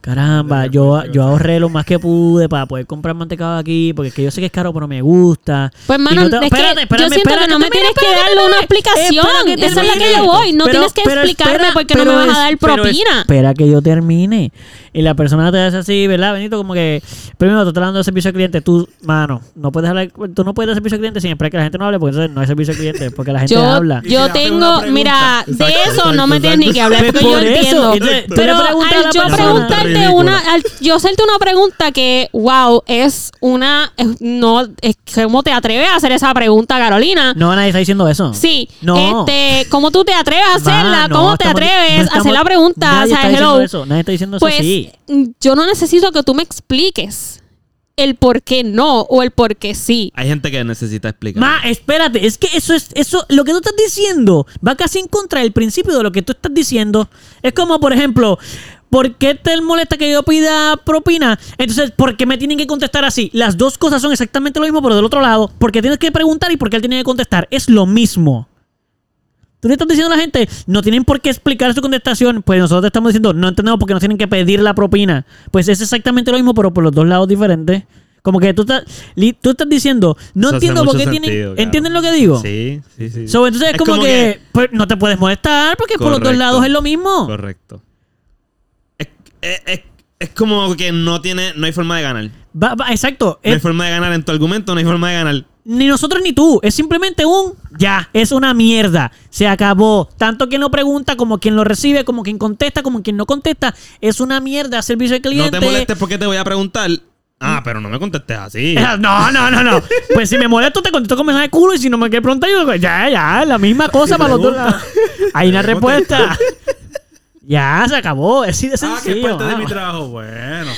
Caramba, pues, yo, yo ahorré lo más que pude para poder comprar mantecado aquí, porque es que yo sé que es caro, pero me gusta.
Pues,
Y
mano,
no te-
es
espérate,
que
espérate,
yo siento
espérate,
que no me
termina,
tienes que
espérate,
darle una
espérate.
explicación.
Espera que
Esa es la que
termine.
yo voy. No
Pero-
tienes que
pero
explicarme
espera,
por qué no
pero
me vas
es-
a dar
pero
propina.
Espera que yo termine. Y la persona te hace así, ¿verdad, Benito? Como que, primero, tú estás dando servicio al cliente. Tú, mano, no puedes hablar, tú no puedes dar servicio al cliente sin esperar que la gente no hable, porque entonces no hay servicio al cliente, porque la gente
yo,
habla.
Y te
Yo
hace
tengo,
una pregunta.
mira, de
Exacto,
eso no
exacto,
me tienes ni que hablar
Pues
porque yo
por eso,
entiendo.
entonces, tú le
pero
preguntas a
al
la
yo
persona.
preguntarte
Ridícula.
una, al yo hacerte una pregunta que, wow, es una, es- no, es- ¿cómo te atreves a hacer esa pregunta, Carolina?
No, nadie está diciendo eso.
Sí,
No.
este, ¿cómo tú te atreves a
Ma,
hacerla?
no,
¿Cómo te
estamos-
atreves
no
a hacer
estamos-
la pregunta?
Nadie
O sea,
está diciendo
hello.
eso, nadie está diciendo eso
Pues
sí.
yo no necesito que tú me expliques el por qué no o el por qué sí.
Hay gente que necesita explicar.
Ma, espérate, es que eso es eso lo que tú estás diciendo va casi en contra del principio de lo que tú estás diciendo. Es como, por ejemplo, ¿por qué te molesta que yo pida propina? Entonces, ¿por qué me tienen que contestar así? Las dos cosas son exactamente lo mismo, pero del otro lado, porque tienes que preguntar y porque él tiene que contestar, es lo mismo. Tú le estás diciendo a la gente, no tienen por qué explicar su contestación, pues nosotros te estamos diciendo, no entendemos por qué no tienen que pedir la propina. Pues es exactamente lo mismo, pero por los dos lados diferentes. Como que tú estás, li- tú estás diciendo,
Eso
no
hace
entiendo por qué
mucho
tienen...
sentido, claro.
¿Entienden lo que digo?
Sí, sí, sí.
So, entonces es, como, que, pues, no te puedes molestar porque por los dos
Correcto.
lados es lo mismo.
Correcto. Es, es- es- es como que no tiene, no hay forma de ganar.
Va- va- exacto.
No hay
Es-
forma de ganar en tu argumento, no hay forma de ganar.
ni nosotros ni tú. Es simplemente un ya. Es una mierda. Se acabó. Tanto quien lo pregunta como quien lo recibe, como quien contesta, como quien no contesta. Es una mierda. Servicio al
No
cliente.
te molestes porque te voy a preguntar. Ah, pero no me contestes así.
Eh, No, no, no, no. Pues si me molesto, te contesto con mensaje de culo. Y si no me quieres preguntar, yo digo, ya, ya, la misma cosa para los dos lados. Hay una respuesta. Ya, se acabó. Es así de
Ah, que es
sencillo.
parte de
mano.
mi trabajo. Bueno.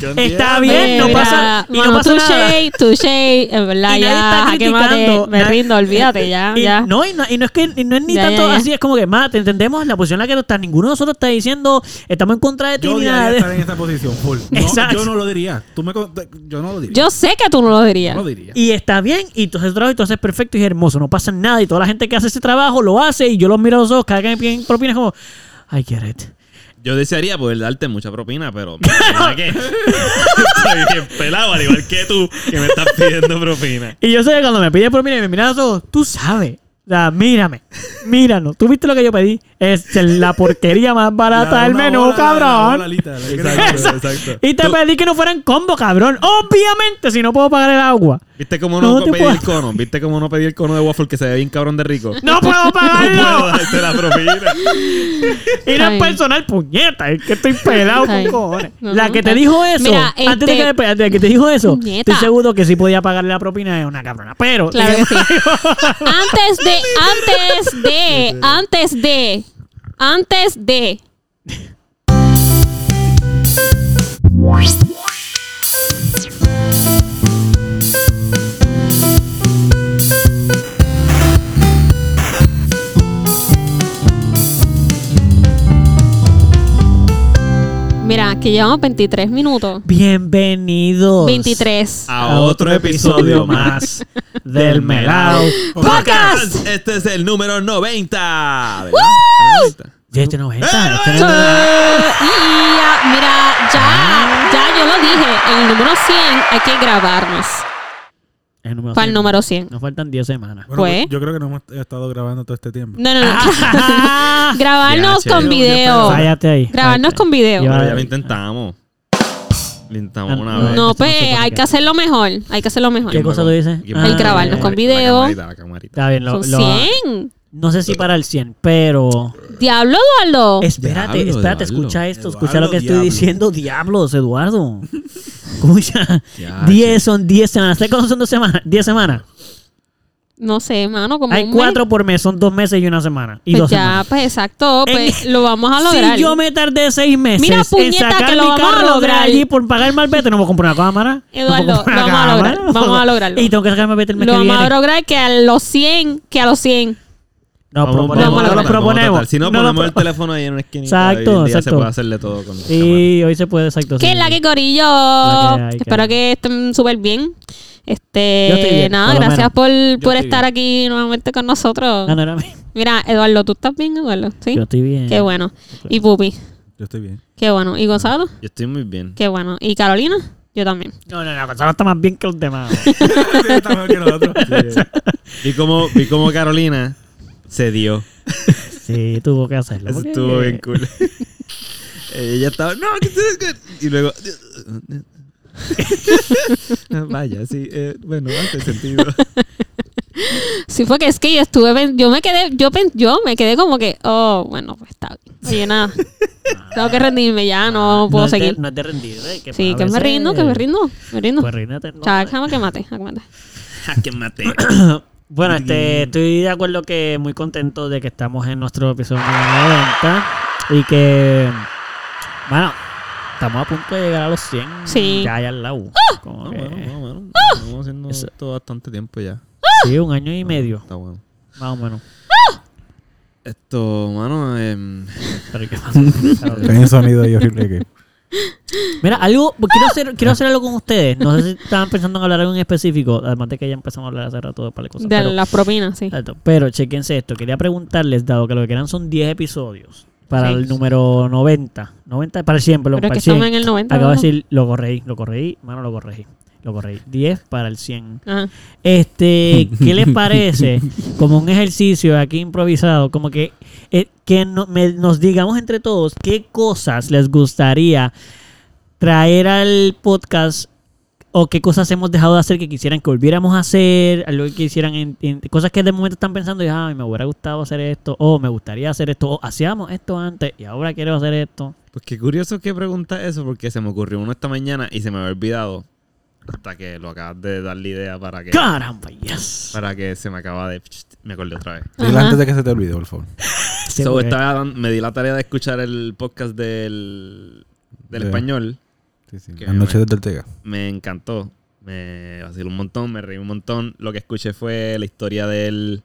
Yo
Está
entiendo.
bien, no
Mira,
pasa, y no
mano,
pasa nada.
touché, touché, en verdad,
Y nadie
ya,
está
jaque mate,
criticando.
me
Nadie-
rindo, olvídate, ya,
Y
ya.
No, y no, y no es que y no es ni
Ya,
tanto
ya, ya.
así, es como que, más te entendemos la posición en la que tú estás. Ninguno de nosotros está diciendo, estamos en contra de ti
Yo
ni
odiaría
nada de-
estar en esa posición, full. No,
Exacto.
Yo no lo diría. Tú me, con- yo no lo diría.
Yo sé que tú no lo
Yo
dirías.
no lo diría.
Y está bien, y tú haces tu trabajo y tú haces perfecto y es hermoso, no pasa nada. Y toda la gente que hace ese trabajo lo hace y yo los miro a los ojos, cada que me piden propinas, como, I get it.
Yo desearía poder darte mucha propina, pero. mira que- Estoy bien pelado, al igual que tú, que me estás pidiendo propina.
Y yo sé que cuando me pide propina y me miras a los ojos, tú sabes. O sea, mírame, míranos. ¿Tú viste lo que yo pedí? Es la porquería más barata
La-
del
una
menú,
bola, la- la
cabrón.
bolita, la-
Exacto, exacto.
Y te pedí que no fueran combo, cabrón. Obviamente, si no puedo pagar el agua.
¿Viste cómo no,
No te
pedí
puedo-
el cono? ¿Viste cómo no pedí el cono de waffle que se ve bien cabrón de rico?
¡No
puedo
puedo pagarlo!
darte la propina.
Y no
Ay.
es personal, puñeta. Es que estoy pelado
Ay.
con cojones.
No,
la
no,
que te
no.
dijo eso,
Mira,
antes, de
este-
que, antes de que te dijo eso,
Puñeta.
estoy seguro que sí podía pagarle la propina es una cabrona. Pero,
Claro que sí. Antes de, antes de, antes de, antes de. Mira, que llevamos 23 minutos.
bienvenidos
23.
A otro episodio más
del Melao.
Podcast.
Este es el número 90. ¿verdad?
Ya este 90,
¡Eh,
este
Eh,
90.
y ah, mira,
Ah.
ya, ya yo lo dije, en el número 100 hay que grabarnos
El número
para el
100.
número 100.
Nos faltan 10 semanas.
Bueno,
Pues.
Yo creo que no hemos estado grabando todo este tiempo.
No, no, no.
Ah.
grabarnos
Ya, che.
con video.
Fállate ahí.
Ah, Grabarnos
Fállate.
con video.
Lleva-
Pero ya lo intentamos. Lo intentamos
Ah,
una
no.
vez.
No, pues
Esto no se
hay
puede.
que hacerlo mejor, hay que hacerlo mejor.
¿Qué cosa tú dices?
El
Ah,
grabarnos con
La
video.
camarita, la camarita.
Está bien, lo,
Son
lo-
100.
no sé si para el 100,
Oh.
pero...
Diablo, Eduardo.
Espérate,
Diablo,
espérate,
Eduardo.
escucha esto,
Eduardo,
escucha lo que estoy
diablo.
diciendo, diablos, Eduardo. Escucha,
Ya,
10 son 10 semanas, ¿sabes cuántas son 2 semanas? 10 semanas.
No sé, mano, como
Hay
un mes.
4 por mes, son 2 meses y una semana. Y
Pues
2
ya,
semanas.
pues exacto, pues
En-
lo vamos a lograr.
Si yo me tardé 6 meses
Mira,
en
puñeta,
sacar
que lo
mi
vamos a
carro de
lograr.
allí por pagar el malvete, no me compro una cámara. no puedo
Eduardo,
comprar una
lo vamos a
cámara,
lograr,
no puedo-
vamos a lograrlo.
Y tengo que sacar el malvete el mes
lo
que
vamos
viene.
a lograr que a los 100, que a los 100.
No,
Vamos-
proponemos,
vamos a
no lo
tratar, vamos a tratar.
proponemos.
Si no,
no lo
ponemos el
pro-
teléfono ahí en una esquina.
Exacto,
Se
exacto.
puede hacerle todo con la cámara.
Pues Sí, hoy se puede, exacto.
¿Qué
sí.
es la que
La
corillo?
que hay, que
Espero
hay.
que estén súper bien.
Yo estoy
Este,
bien,
nada,
por lo
gracias
menos.
por,
estoy
por
bien.
estar aquí nuevamente con nosotros.
Ah, no era mí.
Mira, Eduardo, tú estás bien, Eduardo, ¿sí?
Yo estoy bien.
Qué bueno. Y Pupi,
Yo estoy bien.
qué bueno. Y Gonzalo,
Yo estoy muy bien.
qué bueno. Y Carolina, yo también.
No, no, no, Gonzalo está más bien que los demás.
Está mejor que nosotros.
Vi como, vi como Carolina se dio.
Sí, tuvo que hacerlo.
Eso
porque-
estuvo bien cool. Eh, Ella estaba, no, que tú eres que-". Y luego. Vaya, sí, eh, bueno, hace sentido.
Sí, fue que es que yo estuve, pen- yo me quedé, yo, pen- yo me quedé como que, oh, bueno, pues está bien. Oye, nada. Tengo que rendirme ya, no puedo
es de-
seguir.
Ah, no es de rendido, eh, que
sí,
a
que me
veces-
rindo, que me rindo, me rindo.
Pues ríndete, no.
Chaval, déjame que mate, déjame que mate.
Ah,
Jaque mate.
Bueno, este, estoy de acuerdo que muy contento de que estamos en nuestro episodio número 90 y que, bueno, estamos a punto de llegar a los 100.
Sí. ¡Ah!
Ya, ya al lado. Como que-
Ah, bueno, bueno. Estamos haciendo
eh. ¡Ah! Eso-
esto bastante tiempo ya.
Sí, un año y medio,
Está bueno.
más o menos.
Esto, mano, em,
Pero, ¿qué pasa?
Hay un sonido ahí horrible que.
Mira, algo,
¡Ah!
quiero hacer, quiero hacer algo con ustedes. No sé si estaban pensando en hablar algo en específico, además de que ya empezamos a hablar hace rato de un par de cosas.
De
Pues, pero-
las propinas, sí.
Exacto. Pero chequense esto. Quería preguntarles, dado que lo que quedan son 10 episodios para
Sí.
el número 90. 90 para el 100, perdón.
Pero es
para
que
el 100.
estamos en el 90.
Acabo de
¿verdad?
decir, lo corregí, lo corregí, mano, lo corregí. Lo corregí. 10 para el 100.
Ajá.
Este, ¿qué les parece? Como un ejercicio aquí improvisado, como que, eh, que no- me- nos digamos entre todos qué cosas les gustaría traer al podcast o qué cosas hemos dejado de hacer que quisieran que volviéramos a hacer, algo que quisieran, en- en- cosas que de momento están pensando, y, ay, me hubiera gustado hacer esto, o me gustaría hacer esto, o hacíamos esto antes y ahora quiero hacer esto.
pues qué curioso que pregunta eso porque se me ocurrió uno esta mañana y se me había olvidado hasta que lo acabas de dar la idea para que
Caramba, yes.
para que se me acaba de me acordé otra vez.
Dile antes de que se te olvide, por favor.
Sí,
So,
porque-
estaba dan- me di la tarea de escuchar el podcast del del
De-
español.
Sí, sí.
Que
Las noches
me-
de Ortega.
me encantó. Me vaciló un montón, me reí un montón. Lo que escuché fue la historia del...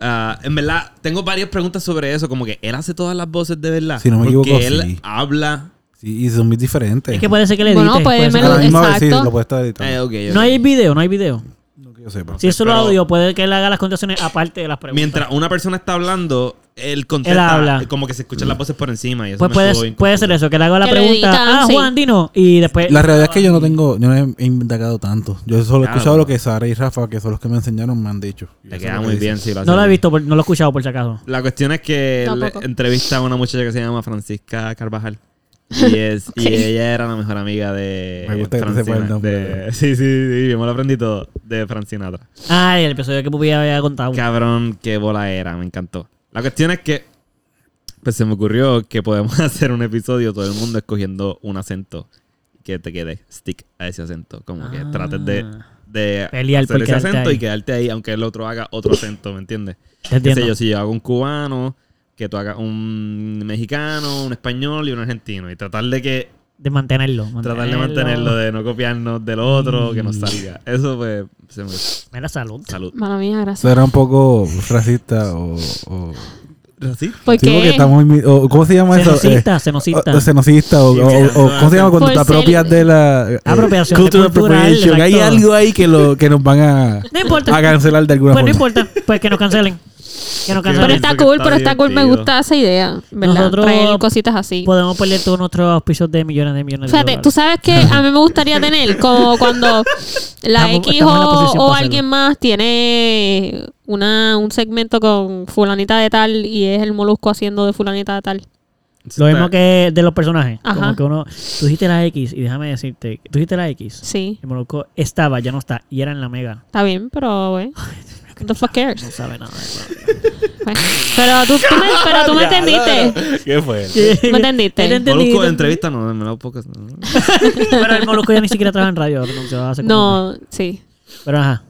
Ah, en verdad, tengo varias preguntas sobre eso. Como que él hace todas las voces de verdad.
Si no me
Porque
equivoco,
él
sí.
habla...
Sí, y son muy diferentes.
Es que parece que le
Bueno,
edites,
pues,
puede
me
ser
a
que-
la
lo-
misma vez sí,
exacto.
lo puedes estar editando.
Eh, ok, ok.
No hay video, no hay video.
No que yo sepa.
Si es solo
Pero-
audio, puede que él haga las contestaciones aparte de las preguntas.
Mientras una persona está hablando, él contesta...
Él habla.
Como que se escuchan las voces por encima. Y eso
pues
me
puede,
estuvo bien
puede
confuso.
ser eso, que le haga la
Que lo
pregunta.
editan,
ah,
sí.
Juan, Dino. Y después.
La realidad es que yo no tengo, yo no he indagado tanto. Yo solo he
Claro.
escuchado lo que Sara y Rafa, que son los que me enseñaron, me han dicho.
Te queda muy bien si lo haces
no la he
bien.
visto, por- no lo he escuchado por si acaso.
La cuestión es que él
Tampoco.
entrevista a una muchacha que se llama Francisca Carvajal. Y, es, y
Ok.
ella era la mejor amiga de.
Me gusta que te sepa el
Francina-
nombre.
de- sí, sí, sí, yo me lo aprendí todo. De Francinatra.
Ah, el episodio que Pupi había contado.
Cabrón, qué bola era, me encantó. La cuestión es que. Pues se me ocurrió que podemos hacer un episodio todo el mundo escogiendo un acento que te quede stick a ese acento. Como que
Ah.
trates de, de
Pelear por
hacer ese
quedarte
acento
ahí.
y quedarte ahí, aunque el otro haga otro acento, ¿me entiendes? qué
Te
sé
entiendo.
yo, si yo hago un cubano, que tú hagas un mexicano, un español y un argentino. Y tratar de que
De mantenerlo.
tratar de mantenerlo, de no copiarnos del otro, que
Mm.
nos salga. Eso pues se me-
Mira, salud.
salud.
Mala mía, gracias.
Será un poco racista o. o
¿Por
Sí, porque
qué?
estamos muy- o- ¿Cómo se llama eso?
Senosista,
Eh,
senosista.
o- o Senosista. O,
Sí,
o-
sí,
o-
eso
¿Cómo se llama?
hace-
Cuando
Por
te
ser-
apropias de la. eh,
Pues Apropiación
cultural
cultural,
appropriation. Hay
exacto.
algo ahí que, lo, que nos van a,
No importa.
a cancelar de alguna
Pues no
forma.
importa. Pues que nos cancelen. Que
Pero
nos cancelen.
Pienso
está
que
cool,
está
pero está cool. Me
divertido.
gusta esa idea, ¿verdad?
Nosotros-
Traer cositas así.
Podemos perder todos nuestros auspicios de millones de millones de
Fíjate, tú
dólares.
sabes que a mí me gustaría tener como cuando la X
Estamos-
o,
estamos en la posición
o
para
alguien
hacerlo.
más tiene una un segmento con fulanita de tal y es el molusco haciendo de fulanita de tal.
Lo mismo que de los personajes.
Ajá.
Como que uno. Tú dijiste la X y déjame decirte. Tú dijiste la X.
Sí,
El Molusco estaba, ya no está, y era en la mega.
está bien, pero güey. What the fuck
No
cares?
sabe nada. de
Bueno, Pero tú, tú me, pero tú me entendiste.
¿Qué fue?
eso.
¿Me entendiste?
Él entendió,
Molusco de
entendió.
entrevista, no, me lo poco. no.
Pero el Molusco ya ni siquiera trabaja en radio. No, se va a hacer como-
No, sí.
Pero ajá.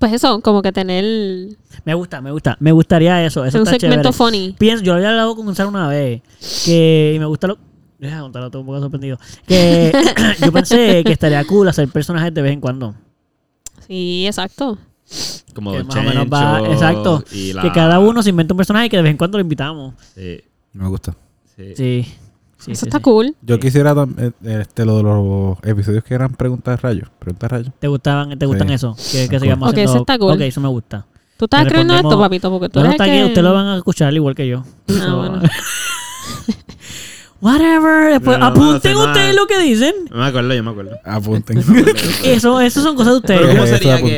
Pues eso, como que tener
Me gusta, me gusta. Me gustaría eso. Eso
un
está
segmento
chévere.
funny.
Pienso, yo lo había hablado con Gonzalo una vez. Que y me gusta lo. Deja de contarlo, estoy un poco sorprendido. Que yo pensé que estaría cool hacer personajes de vez en cuando.
Sí, exacto.
Como
que
Don
más o menos va.
Chencho
Exacto.
y la-
Que cada uno se inventa un personaje y que de vez en cuando lo invitamos.
Sí,
Me gusta.
sí.
Sí. Sí,
Eso
sí,
está
sí.
cool.
Yo
Sí.
quisiera tam- eh, este, lo de los episodios que eran preguntas rayos. Preguntas rayos.
¿Te, gustaban, ¿Te gustan
Sí.
eso? Que, que
Ok,
sigamos
ese
haciendo.
está cool.
Ok, eso me gusta.
Tú estás
Te
escribiendo esto,
respondemos-
papito, porque tú
No, no
eres
está
el
aquí,
que-
ustedes lo van a escuchar igual que yo.
Ah,
So,
bueno.
Whatever. Después,
No, no, no
apunten
sé nada.
ustedes lo que dicen.
Yo me acuerdo, yo me acuerdo.
Apunten.
Eso, eso son cosas de ustedes.
Pero ¿cómo
Eh,
sería
eso de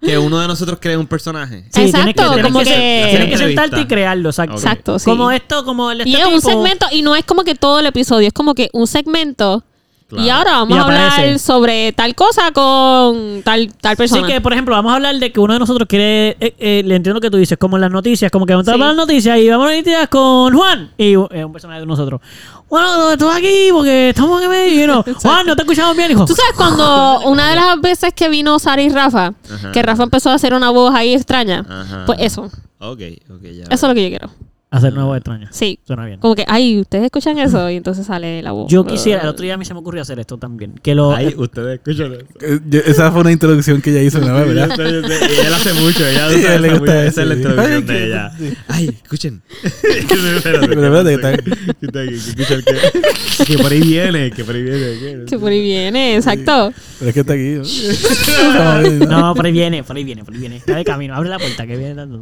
que, que uno de nosotros cree un personaje?
Sí, tienes
Exacto,
tienes
como
ser-
que-
tienes que sentarte y
Entrevista.
crearlo, exacto.
Ok.
Exacto, sí.
Como esto, como el este
y es un
tipo.
segmento, y no es como que todo el episodio, es como que un segmento.
Claro.
Y ahora vamos
Y
a hablar
aparece.
sobre tal cosa con tal, tal
Así
persona.
que, por ejemplo, vamos a hablar de que uno de nosotros quiere. eh, eh, le entiendo lo que tú dices, como en las noticias, como que vamos a
Sí.
hablar de las noticias y vamos a noticias con Juan. Y eh, un personaje de nosotros. Bueno, estoy aquí porque estamos en medio. ¿no? Juan, no te escuchamos bien, hijo.
Tú sabes cuando una de las veces que vino Sara y Rafa,
Ajá.
que Rafa empezó a hacer una voz ahí extraña,
Ajá.
pues eso,
Ok, ok, ya.
eso es lo que yo quiero.
Hacer una voz extraña.
Sí,
Suena bien.
como eh, que, ay, ustedes escuchan eso y entonces sale la voz.
Yo quisiera, el otro día a mí se me ocurrió hacer esto también. Que lo.
Ahí ustedes escuchan eso.
Eh, yo- Esa fue una introducción que ella hizo una vez,
Yo
Ah, ¿verdad?
sé, yo sé. Ella lo hace mucho, ella lo
Sí,
sabe,
le
está
gusta
muy- Esa es la
eso, sí.
introducción de
Ay,
ella.
qué-
Ay, escuchen. Espérate,
Pero espérate, que
que- que está aquí, que escucha el que- Que por ahí viene, que por ahí viene. que-
Que por ahí viene, exacto.
Pero es que está aquí. ¿no? Está bien, ¿no?
No, por ahí viene, por ahí viene, por ahí viene. Está de camino, abre la puerta que viene dando.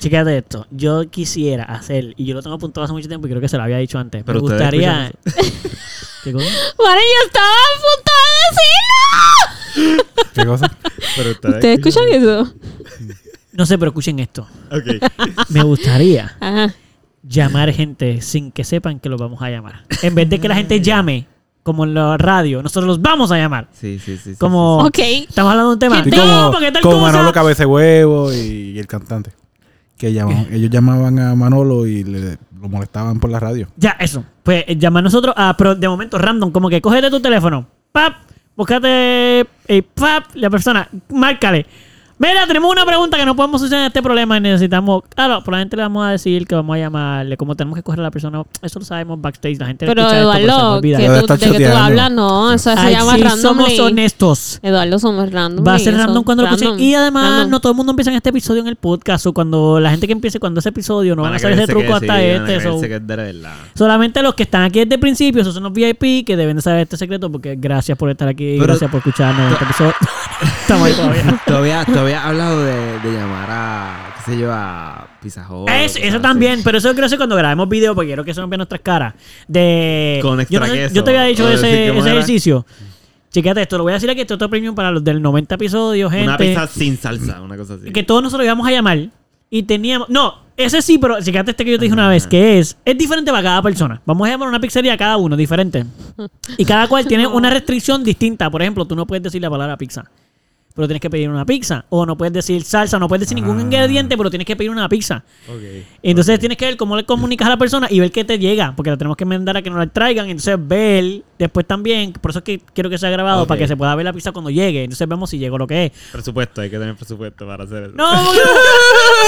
Chécate esto. Yo quisiera hacer, y yo lo tengo apuntado hace mucho tiempo y creo que se lo había dicho antes.
Pero
me
ustedes
gustaría. ¿Qué cosa?
Bueno, yo estaba a punto de
¿Qué cosa?
Pero
decirlo. ¿Ustedes escuchan eso?
No sé, pero escuchen esto.
Ok.
Me gustaría
Ajá.
llamar gente sin que sepan que los vamos a llamar. En vez de que la
Ah.
gente llame, como en la radio, nosotros los vamos a llamar.
Sí, sí, sí. sí,
Como.
Ok.
Estamos hablando de un tema.
Sí,
Sí,
No,
como,
porque tal
como
cosa.
Manolo Cabeza de Huevo y, el cantante. Que llamaban- ellos llamaban a Manolo y le- lo molestaban por la radio.
Ya, eso. Pues eh, llama a nosotros a, pero de momento random, como que cógete tu teléfono, pap, búscate, eh, pap, la persona, márcale. Mira, tenemos una pregunta que no podemos solucionar este problema y necesitamos. ah, Claro, probablemente le vamos a decir que vamos a llamarle. Como tenemos que coger a la persona, eso lo sabemos backstage. La gente
Pero
escucha esto, pero se me
Eduardo, que
olvida.
Eduardo
tú,
está
de que tú
choteando.
hablas, no, eso se
Ay,
llama
sí,
randomly.
somos honestos.
Eduardo, somos random.
Va a ser random cuando lo escuchen. Y además, no todo el mundo empieza en este episodio en el podcast. O cuando la gente que empiece cuando ese episodio no van a saber ese
creerse que
truco hasta
sí, van a
este. so-
creerse que es de verdad.
Solamente los que están aquí desde el principio, esos son los VIP que deben de saber este secreto, porque gracias por estar aquí,
Pero-
gracias por escucharnos en este episodio. Estamos ahí todavía.
Todavía, todavía he hablado de, de llamar a, qué sé yo, a Pizajó.
Es- Ah, eso también, pero eso es gracioso cuando grabemos video, porque quiero que se nos vean nuestras caras. De,
Con
yo,
extra
no sé-
queso.
yo te había dicho
O decir,
ese,
¿cómo
ese
era?
ejercicio. Chequete esto, lo voy a decir aquí, esto es otro premium para los del 90 episodios, gente.
Una pizza sin salsa, una cosa así.
que todos nosotros íbamos a llamar y teníamos. No, ese sí, pero fíjate este que yo te dije una vez, que es. Es diferente para cada persona. Vamos a llamar a una pizzería a cada uno, diferente. Y cada cual tiene una restricción distinta. Por ejemplo, tú no puedes decir la palabra pizza. Pero tienes que pedir una pizza. O no puedes decir salsa, no puedes decir ningún
Ah.
ingrediente, pero tienes que pedir una pizza.
Ok.
Entonces tienes que ver cómo le comunicas a la persona y ver qué te llega, porque la tenemos que mandar a que nos la traigan. Entonces ver después también, por eso es que quiero que sea grabado,
Ok.
para que se pueda ver la pizza cuando llegue. Entonces vemos si llegó lo que es.
Presupuesto, hay que tener presupuesto para hacer eso.
No, porque-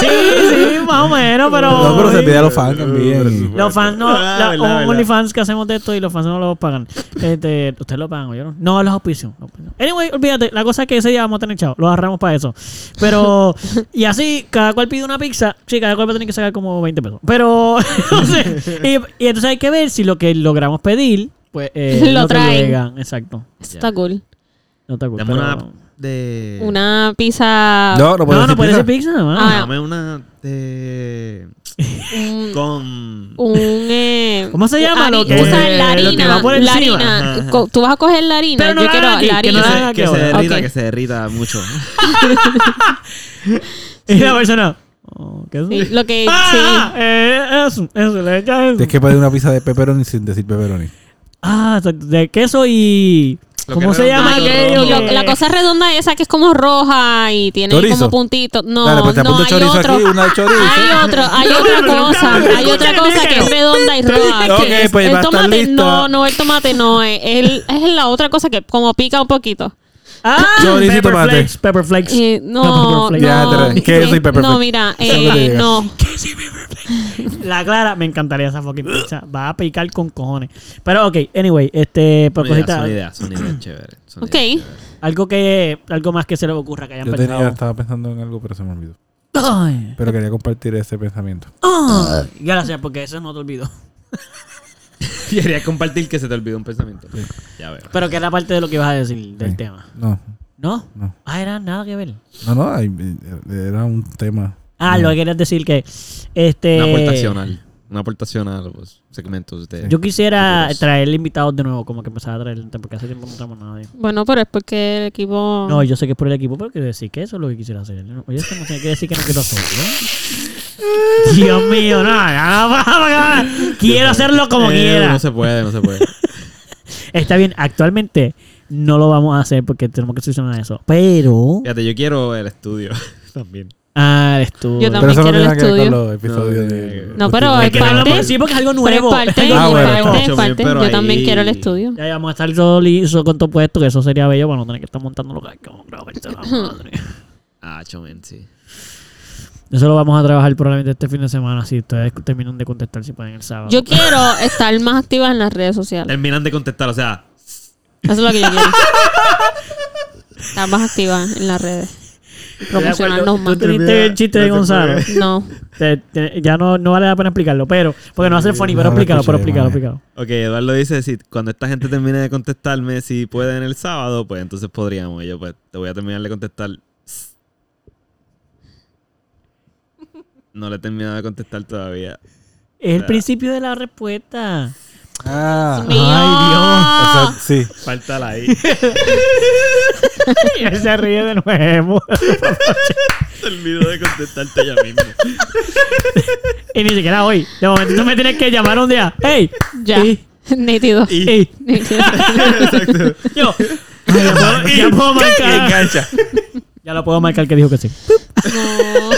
sí, sí, más o menos, pero.
No, pero se pide a los fans también.
Los fans no.
Ah,
la-
verdad, verdad.
OnlyFans que hacemos de esto y los fans no los pagan. Este, Ustedes lo pagan, ¿oyeron? No, los auspicios. los auspicios. Anyway, olvídate. La cosa es que ese día vamos a tener chao. Lo agarramos para eso. Pero. Y así, cada cual pide una pizza. Sí, cada cual va a tener que sacar como 20 pesos. Pero. no sé. Y, y entonces hay que ver si lo que logramos pedir, pues. eh,
Lo
es que
traen.
llega. Exacto.
Esto está cool.
No te
Dame
acuerdas.
una de.
Una pizza.
No, no
No,
puede
no
decir
puede ser
pizza.
pizza, mano.
Ah.
Dame una de.
Un.
Con.
un, eh,
¿Cómo se llama
hari-
lo que-
tú sabes, la
lo que
harina.
va
la
por encima?
harina.
Ajá.
Co- Tú vas a coger la harina.
Pero no
Yo
la
quiero
hagan aquí,
la
que
Que
no
harina.
la
se,
hagan
que se
ahora.
derrita,
Ok.
que se derrita mucho.
Y la persona. oh, ¿Qué es eso?
Sí, lo que.
Ah, eh, eso, eso, le echas eso.
Tienes que pedir una pizza de pepperoni sin decir pepperoni.
Ah, exacto, de queso y.
Lo que
¿Cómo
es
se llama
redondito,
sí.
aquello?
rojo.
que-
Lo- la cosa redonda esa que es como roja y tiene
Chorizo.
como puntitos. No,
Dale, pues te
no,
apunto
hay
chorizo
otro.
aquí, una de chorizo.
Hay otro, hay
No,
otra
pero
cosa,
nunca-
hay otra
escucha que
cosa que
dije
es
que-
redonda y roja.
Ok,
que es-
pues va
el
a estar
tomate,
lista.
no, no, el tomate no, es, el- es la otra cosa que como pica un poquito.
Ah,
Chorizo y
pepper
tomate.
flakes, pepper flakes.
Eh,
No,
no,
pero
Ya,
no,
te- queso y
eh,
pepper
no,
flakes.
mira,
Eso es lo
eh,
que llega.
no.
La clara, me encantaría esa fucking pizza. Va a picar con cojones. Pero ok, anyway, este, por
Son ideas,
cosita,
son ideas, son ideas chéveres. son
Ok.
ideas chéveres.
algo que, algo más que se le ocurra que hayan
Yo tenía,
pensado.
estaba pensando en algo, pero se me olvidó.
Ay,
Pero quería compartir ese pensamiento.
ay, gracias, porque eso no te olvidó.
Querías compartir que se te olvidó un pensamiento. Ya veo.
Pero que era parte de lo que ibas a decir del tema.
No,
¿No?
no.
Ah, era nada que ver.
No, no, ay, era un tema.
Ah, lo que querías decir que. Este,
Una aportación al, una aportación a los segmentos de.
Yo quisiera
Futuros.
traer invitados de nuevo, como que empezaba a traer gente, porque hace tiempo no traemos a nadie.
Bueno, pero es porque el equipo.
No, yo sé que es por el equipo, pero quiero decir que eso es lo que quisiera hacer. No, Oye, esto no tiene que decir que no quiero hacerlo. Dios mío, no, no, no, no, no, no. quiero hacerlo como
Eh,
quiera.
No se puede, no se puede.
Está bien, actualmente no lo vamos a hacer porque tenemos que solucionar eso. Pero.
Fíjate, yo quiero el estudio también.
Ah, eres tú.
Yo
Pero
también
eso no
quiero
tiene
el
nada que ver
estudio.
con los episodios
No,
de.
no,
no, pero
de-
es
Es que no hablamos
parte-
sí, porque es algo
Pero es
nuevo.
parte,
Es algo
Ah,
es
bueno,
nuevo.
parte,
Mucho
es
bien,
parte.
pero
Yo también
ahí-
quiero el estudio.
Ya, ya vamos a estar todo liso con todo puesto, que eso sería bello para no tener que estar montando los cacos. No, pero se la madre.
Ah, chomen, sí.
Eso lo vamos a trabajar probablemente este fin de semana, si ustedes terminan de contestar, si pueden el sábado.
Yo quiero estar más activa en las redes sociales.
Terminan de contestar, o sea,
Eso es lo que yo quiero. Estar más activa en las redes. Promocionarnos más.
Tú diste bien el chiste de Gonzalo.
No.
Te- te- ya no, no vale la pena explicarlo, pero. Porque no hace funny, pero
No lo
explícalo, pero
escuché,
explícalo,
madre.
explícalo.
Ok, Eduardo dice, si cuando esta gente termine de contestarme, si pueden el sábado, pues entonces podríamos. Y yo, pues, te voy a terminar de contestar. No le he terminado de contestar todavía.
Es el principio de la respuesta.
Ah,
Mío.
o sea, sí.
Faltala ahí.
Y él se ríe de nuevo.
Termino de contestarte ya mismo.
y ni siquiera hoy. De momento tú me tienes que llamar un día. ¡Hey!
Ya.
Y-
Nítido.
¡Hey!
Nítido.
Exacto.
Yo. Ay, ya, puedo, ya puedo marcar. Ya lo puedo marcar que dijo que sí.
No.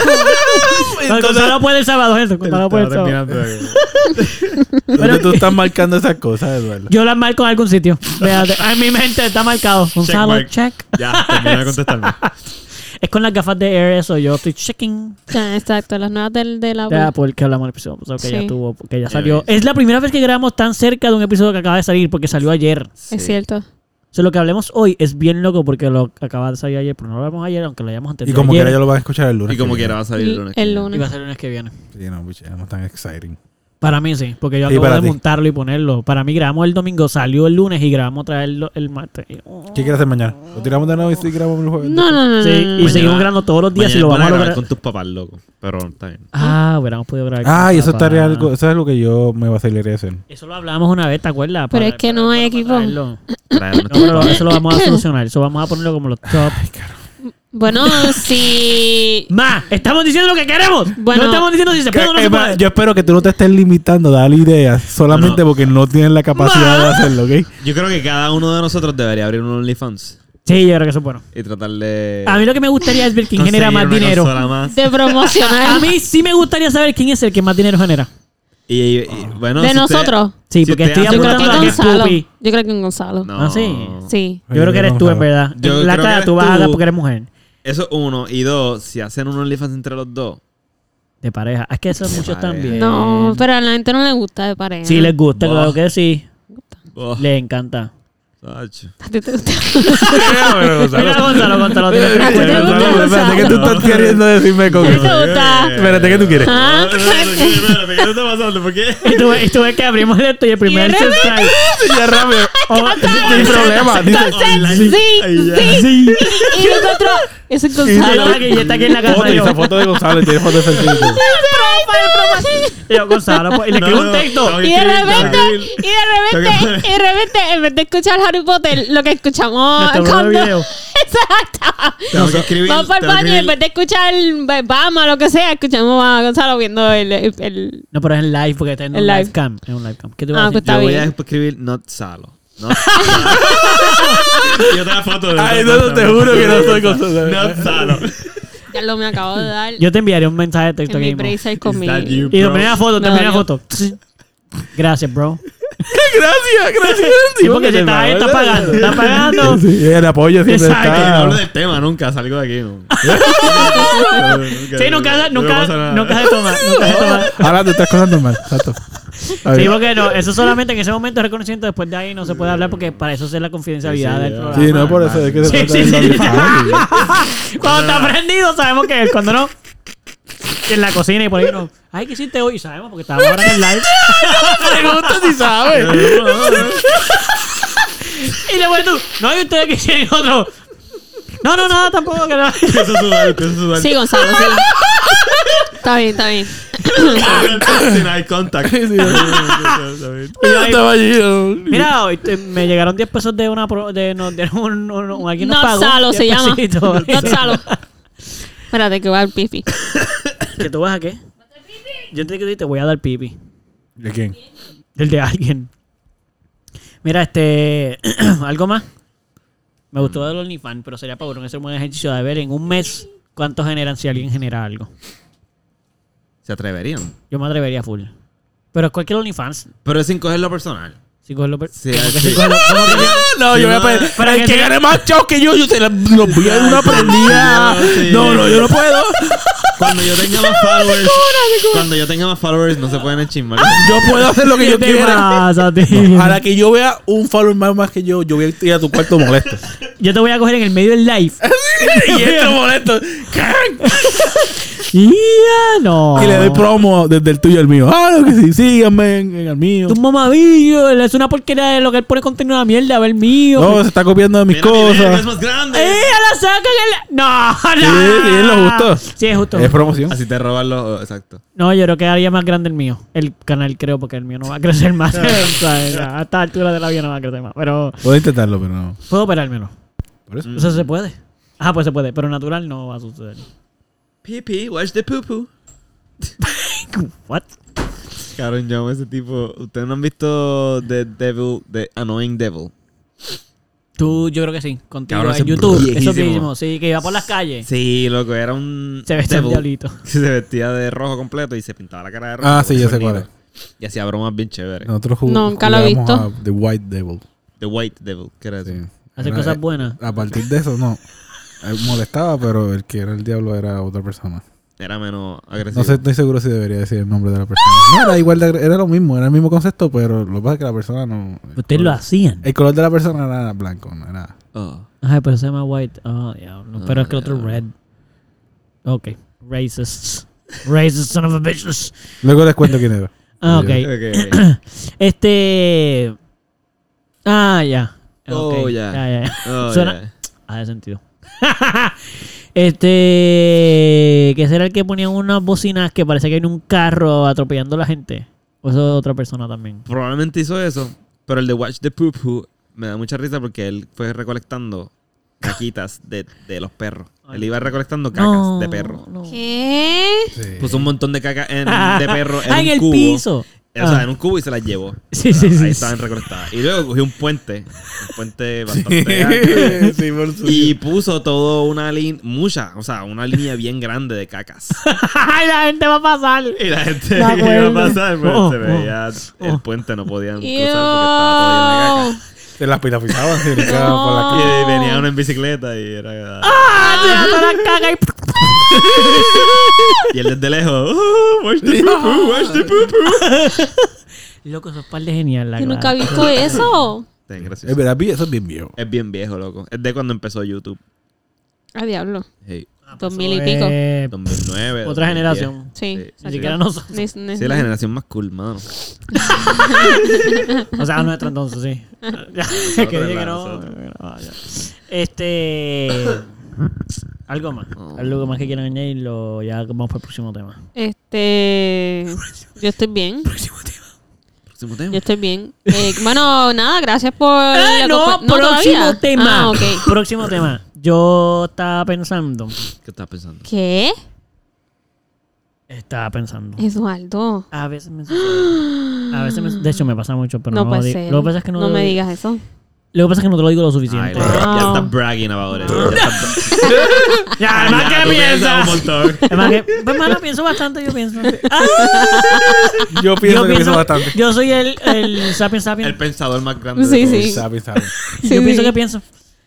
No, Gonzalo puede el sábado, gente. Gonzalo puede el sábado.
¿Dónde tú estás marcando esas cosas, Eduardo?
Yo las marco en algún sitio. Véate. Ah, En mi mente está marcado. Gonzalo,
mark.
check.
Ya, termina de contestarme.
Es con las gafas de Air eso. Yo estoy checking.
Ya, Exacto, las nuevas del, de la
Ya, porque hablamos del episodio pasado que ya
Sí.
tuvo, que ya
Ya
salió.
ves.
Es la primera vez que grabamos tan cerca de un episodio que acaba de salir, porque salió ayer.
Sí.
Es cierto.
O sea, lo que hablemos hoy es bien loco porque lo que acaba de salir ayer, pero no lo hablamos ayer, aunque lo hayamos antes
Y
de
como
ayer.
quiera, ya lo vas a escuchar el lunes.
Y como
que
quiera va a salir el lunes.
El
Y va a
lunes.
ser el lunes que viene.
viene. Sí, no, bicho, no es tan exciting.
Para mí sí, porque yo
Sí,
acabo
para
de
ti.
montarlo y ponerlo. Para mí grabamos el domingo, salió el lunes y grabamos otra vez el, el martes. Y-
¿Qué quieres hacer mañana? ¿Lo tiramos de nuevo y sí grabamos el jueves?
No, no, no.
Sí,
no,
y
no.
seguimos grabando todos los días y
Mañana
lo
van
vamos a
grabar
lograr.
con tus papás, loco. Pero está bien.
Ah, hubiéramos podido grabar. con
Ah, y eso
papá.
estaría algo, eso es algo que yo me vacilaría hacer.
Eso lo hablamos una vez, ¿te acuerdas?
Pero es que no hay
para
equipo.
traerlo. No,
Traer a nuestros
pero
papás.
eso Pues lo vamos a solucionar. Eso vamos a ponerlo como los top.
Bueno, si.
¡Más! ¡Estamos diciendo lo que queremos!
Bueno.
no estamos diciendo si se puede o no se
Eh, ma,
puede.
yo espero que tú no te estés limitando a darle ideas solamente
No,
porque no tienes la capacidad de hacerlo, ¿ok?
Yo creo que cada uno de nosotros debería abrir un OnlyFans
Sí, yo creo que eso es bueno.
y tratar de.
A mí lo que me gustaría es ver quién
conseguir
genera más
una
dinero.
consola más.
De
A
promocionar.
mí sí me gustaría saber quién es el que más dinero genera.
Y, y- bueno,
De
si usted-
nosotros.
Sí,
si
porque
usted
estoy
hace
Yo
una
creo que
apuntando a que es
plata-
Gonzalo.
Pupi.
Yo creo que en Gonzalo.
No.
Ah, sí.
Sí.
Yo creo que eres tú, en verdad.
Yo
la
creo que
cara
eres
tú vas a
tú.
dar porque eres mujer.
Eso uno. Y dos, si hacen un OnlyFans entre los dos.
De pareja. Es que esos
De
muchos
pareja.
también.
No, pero a la gente no le gusta de pareja.
Sí, les gusta,
Buah.
claro que sí.
Oh,
Les encanta.
tacho.
¿A ti te gusta?
Mira, Gonzalo, Gonzalo. tiene que-
Gonzalo,
Gonzalo,
Gonzalo.
Gonzalo.
Espérate, ¿qué tú estás queriendo decirme con
¿A ti
eso?
te gusta?
Espérate, ¿qué tú quieres?
Ah.
Espérate, ¿qué está pasando? ¿Por qué?
Y tú, ves- y tú ves que abrimos esto y el primer
Y de
subscribe.
Ya rápido.
Oh,
Sin problema.
Online.
Sí,
Ahí ya.
sí.
sí.
Y nosotros. Ese es
Y yo,
Gonzalo.
aquí, y está aquí en la casa.
Foto,
de
y
yo,
esa foto de Gonzalo y tiene foto de Francisco.
Y yo, Gonzalo, pues, y le
No,
escribo
no,
un texto.
no,
Y de
Tranquilo,
repente,
tranquilo.
y de repente, y de repente, en vez de escuchar Harry Potter, lo que escuchamos
Nuestro propio video.
Exacto.
Tengo que escribir.
Vamos para el
tengo que
baño y en vez
escribir.
de escuchar Bama, lo que sea, escuchamos a Gonzalo viendo el. el, el-
No, pero es en live porque está en un
En
live.
live.
cam. Es un live cam. ¿Qué te
Ah,
vas a decir?
pues,
Yo voy a
bien.
escribir Not Salo. No. Y otra foto de.
Ay, no, no, te juro que no soy Gonzalo.
Not Salo.
Ya lo me acabo de dar.
Yo te enviaré un mensaje de texto
en
que
mi
mismo. Y
bracer con
Is
mi.
that you?
te
Bro.
enviaré una foto, te
No,
enviaré una
yo-
foto. Gracias, bro.
Gracias, gracias.
Sí, porque se está, está pagando, está pagando.
Sí, el apoyo siempre
Exacto.
Ay, no hablo
está.
del tema nunca, salgo de aquí. No.
Sí, nunca,
No
nunca,
pasa nada.
nunca se toma, nunca se toma.
Ahora te estás cosas mal, exacto. A
Sí,
ver.
porque no, eso solamente en ese momento es reconocimiento, después de ahí no se puede hablar porque para eso es la confidencialidad del
Ah,
programa.
Sí, no, por eso es que se
Sí,
trata
sí,
de
sí.
OnlyFans.
Cuando está prendido sabemos que es, cuando no. en la cocina y por ahí uno, ay, ¿qué hiciste hoy? Y sabemos porque estábamos ahora en el live. Preguntas si sabes. Y le voy tú, no, y ustedes que hicieron Y otro. No, no, nada, tampoco que nada.
Empiezo a sudar, empiezo a sudar.
Sí, Gonzalo, sí. está bien, está bien.
Sin eye contact.
Y yo ahí,
estaba allí. yo-
Mira, hoy te- me llegaron 10 pesos de una pro- de, no, de un, un- un- alguien nos pagó.
Notzalo
10
se llama.
pesitos.
Notzalo. Espérate, que voy al pipi.
¿Que tú vas a qué? Yo te que te voy a dar pipi.
¿De quién?
Del de alguien. Mira, este. ¿Algo más? Me gustó del OnlyFans, pero sería para hacer un buen ejercicio de ver en un mes cuánto generan si alguien genera algo.
Se atreverían.
Yo me atrevería full. Pero es cualquier OnlyFans.
Pero es sin cogerlo personal.
Si coges lo per-
Sí,
como que
sí.
si coges lo- como que-
No, yo voy a pedir.
Para
el
que
que,
te-
gane más chavos que yo, yo te la- lo voy a dar una prendida.
No, sí.
No, no, yo no puedo.
Cuando yo tenga más followers. Cuando yo tenga más followers, no se pueden enchimbar.
Yo puedo hacer lo que yo
¿Qué te
quiera.
pasa, tío?
Para que yo vea un follower más, más que yo, yo voy a ir a tu cuarto molesto.
Yo te voy a coger en el medio del live.
y esto molesto. ¡can!
Ya, no.
Y le doy promo desde el tuyo al mío. Ah, lo que sí, síganme en, en el mío.
Tu mamabillo, él es una porquería de lo que él pone contenido de mierda, a ver mío. Pues,
No, se está copiando de mis
Mira, mi verga es
cosas.
más grande.
¡Eh, la sacan el... No,
Sí,
no.
sí, es lo justo.
Sí, es justo.
Es promoción.
Así te roban los. Exacto.
No, yo creo que haría más grande el mío. El canal creo, porque el mío no va a crecer más. O sea, a esta altura de la vida no va a crecer más. Pero
Puedo intentarlo, pero no.
puedo operármelo.
Por eso.
Eso se puede. Ah, pues se puede. Pero natural no va a suceder.
Pipi, watch the poo poo.
What?
Cabrón, yo amo ese tipo. Ustedes no han visto The Devil, The Annoying Devil.
Tú, yo creo que sí. Contigo
Cabrón,
en
ese es
YouTube. Eso
viejísimo.
mismo. Sí, que iba por las calles.
Sí, loco, era un.
Se vestía un
devil
diablito.
que Se vestía de rojo completo y se pintaba la cara de rojo.
Ah,
con
sí, ya sé
sonido.
cuál es.
Y hacía bromas bien chéveres.
Nosotros jug-
Nunca lo he
jugábamos
visto.
a The White Devil.
The White Devil, ¿qué era eso?
Sí.
Hacer
Era-
cosas buenas.
A partir de eso, no. Eh, Molestaba, pero el que era el diablo era otra persona.
Era menos agresivo.
No sé, estoy seguro si debería decir el nombre de la persona. No, era igual, de- era lo mismo, era el mismo concepto, pero lo que pasa es que la persona no. el
Ustedes lo
color-
hacían.
Eh.
El color de la persona era blanco, no era.
Oh.
Ay, pero se llama White. Oh, diablo. Pero
Ah,
es que el otro es
diablo.
Red. Ok. Racists. Racist son of a bitches.
Luego les cuento quién era.
Ah, ok.
Ya.
Ok.
Este. Ah, ya.
Oh,
Ok.
ya.
Ya, ya, ya.
Oh,
Suena-
yeah.
Ah, de sentido. este. ¿Qué será el que ponía unas bocinas que parece que hay un carro atropellando a la gente? O eso es otra persona también.
Probablemente hizo eso, pero el de Watch the Poo Poo me da mucha risa porque él fue recolectando caquitas de, de los perros. Él iba recolectando cacas
No,
de perros.
no.
¿Qué?
Sí.
Puso un montón de cacas en- de perros en
ah, en
un
el
cubo.
piso.
O sea,
Ah.
en un cubo y se las llevó.
Sí,
O sea,
sí, sí,
Ahí
sí.
estaban recolectadas. Y luego cogió un puente. Un puente bastante alto.
sí, por su-
Y puso todo una línea, mucha, o sea, una línea bien grande de cacas.
Ay, la gente va a pasar.
Y la gente que
Me
iba a
acuerdo.
pasar, pues,
Oh,
se
oh,
veía el
oh.
puente, no podían cruzar porque estaba todo lleno de
Yo.
cacas.
Se las pilafizaban, se le quedaban por la calle.
Y venía uno en bicicleta y era.
Oh. Ah, se va a dar la caga y-
Y él desde lejos. "Oh, watch the poo poo, watch the poo poo".
Loco, esos par de genial. La
Yo
verdad.
nunca he visto eso.
Está bien gracioso.
Es verdad, vi- eso es bien viejo.
Es bien viejo, loco. Es de cuando empezó YouTube.
A Ah, diablo.
Hey,
Ah,
Dos mil y pico.
Eh,
2009.
otra
2010.
generación.
Sí.
Sí,
Ni
sí.
siquiera nosotros.
Ni- ni-
Sí, la generación más cool, mano.
O sea, nuestra entonces, sí. Ya, que dije que no. Ah, ya. Este. Algo más. Algo más que quieran añadir, lo- ya vamos para el próximo tema.
Este. Yo estoy bien.
Próximo
Yo
tema.
estoy bien. Eh, bueno, nada, gracias por. la
Eh, Ah, no,
compa-
próximo
Ah, todavía.
tema.
Ah, ok.
Próximo tema. Yo estaba pensando.
¿Qué estás pensando?
¿Qué?
Estaba pensando.
Eduardo.
A veces me sucede. A veces me- De hecho, me pasa mucho, pero
no
no, lo
puede
digo.
ser.
Lo que pasa es que no, lo
me
digo.
digas eso.
Lo que pasa es que no te lo digo lo
Ay,
suficiente.
loco, ya
Wow.
estás bragging about it. Ya estás
ya, además,
Ya,
¿qué
tú piensas
piensas?
un montón.
Además, que. Pues, mano, pienso bastante, yo pienso. Ah,
Yo pienso
yo
que pienso bastante.
Yo soy el, el sapiens sapiens.
El pensador más grande. de
Sí,
todos.
sí.
Sabe, sabe.
Sí,
yo
sí.
pienso que pienso.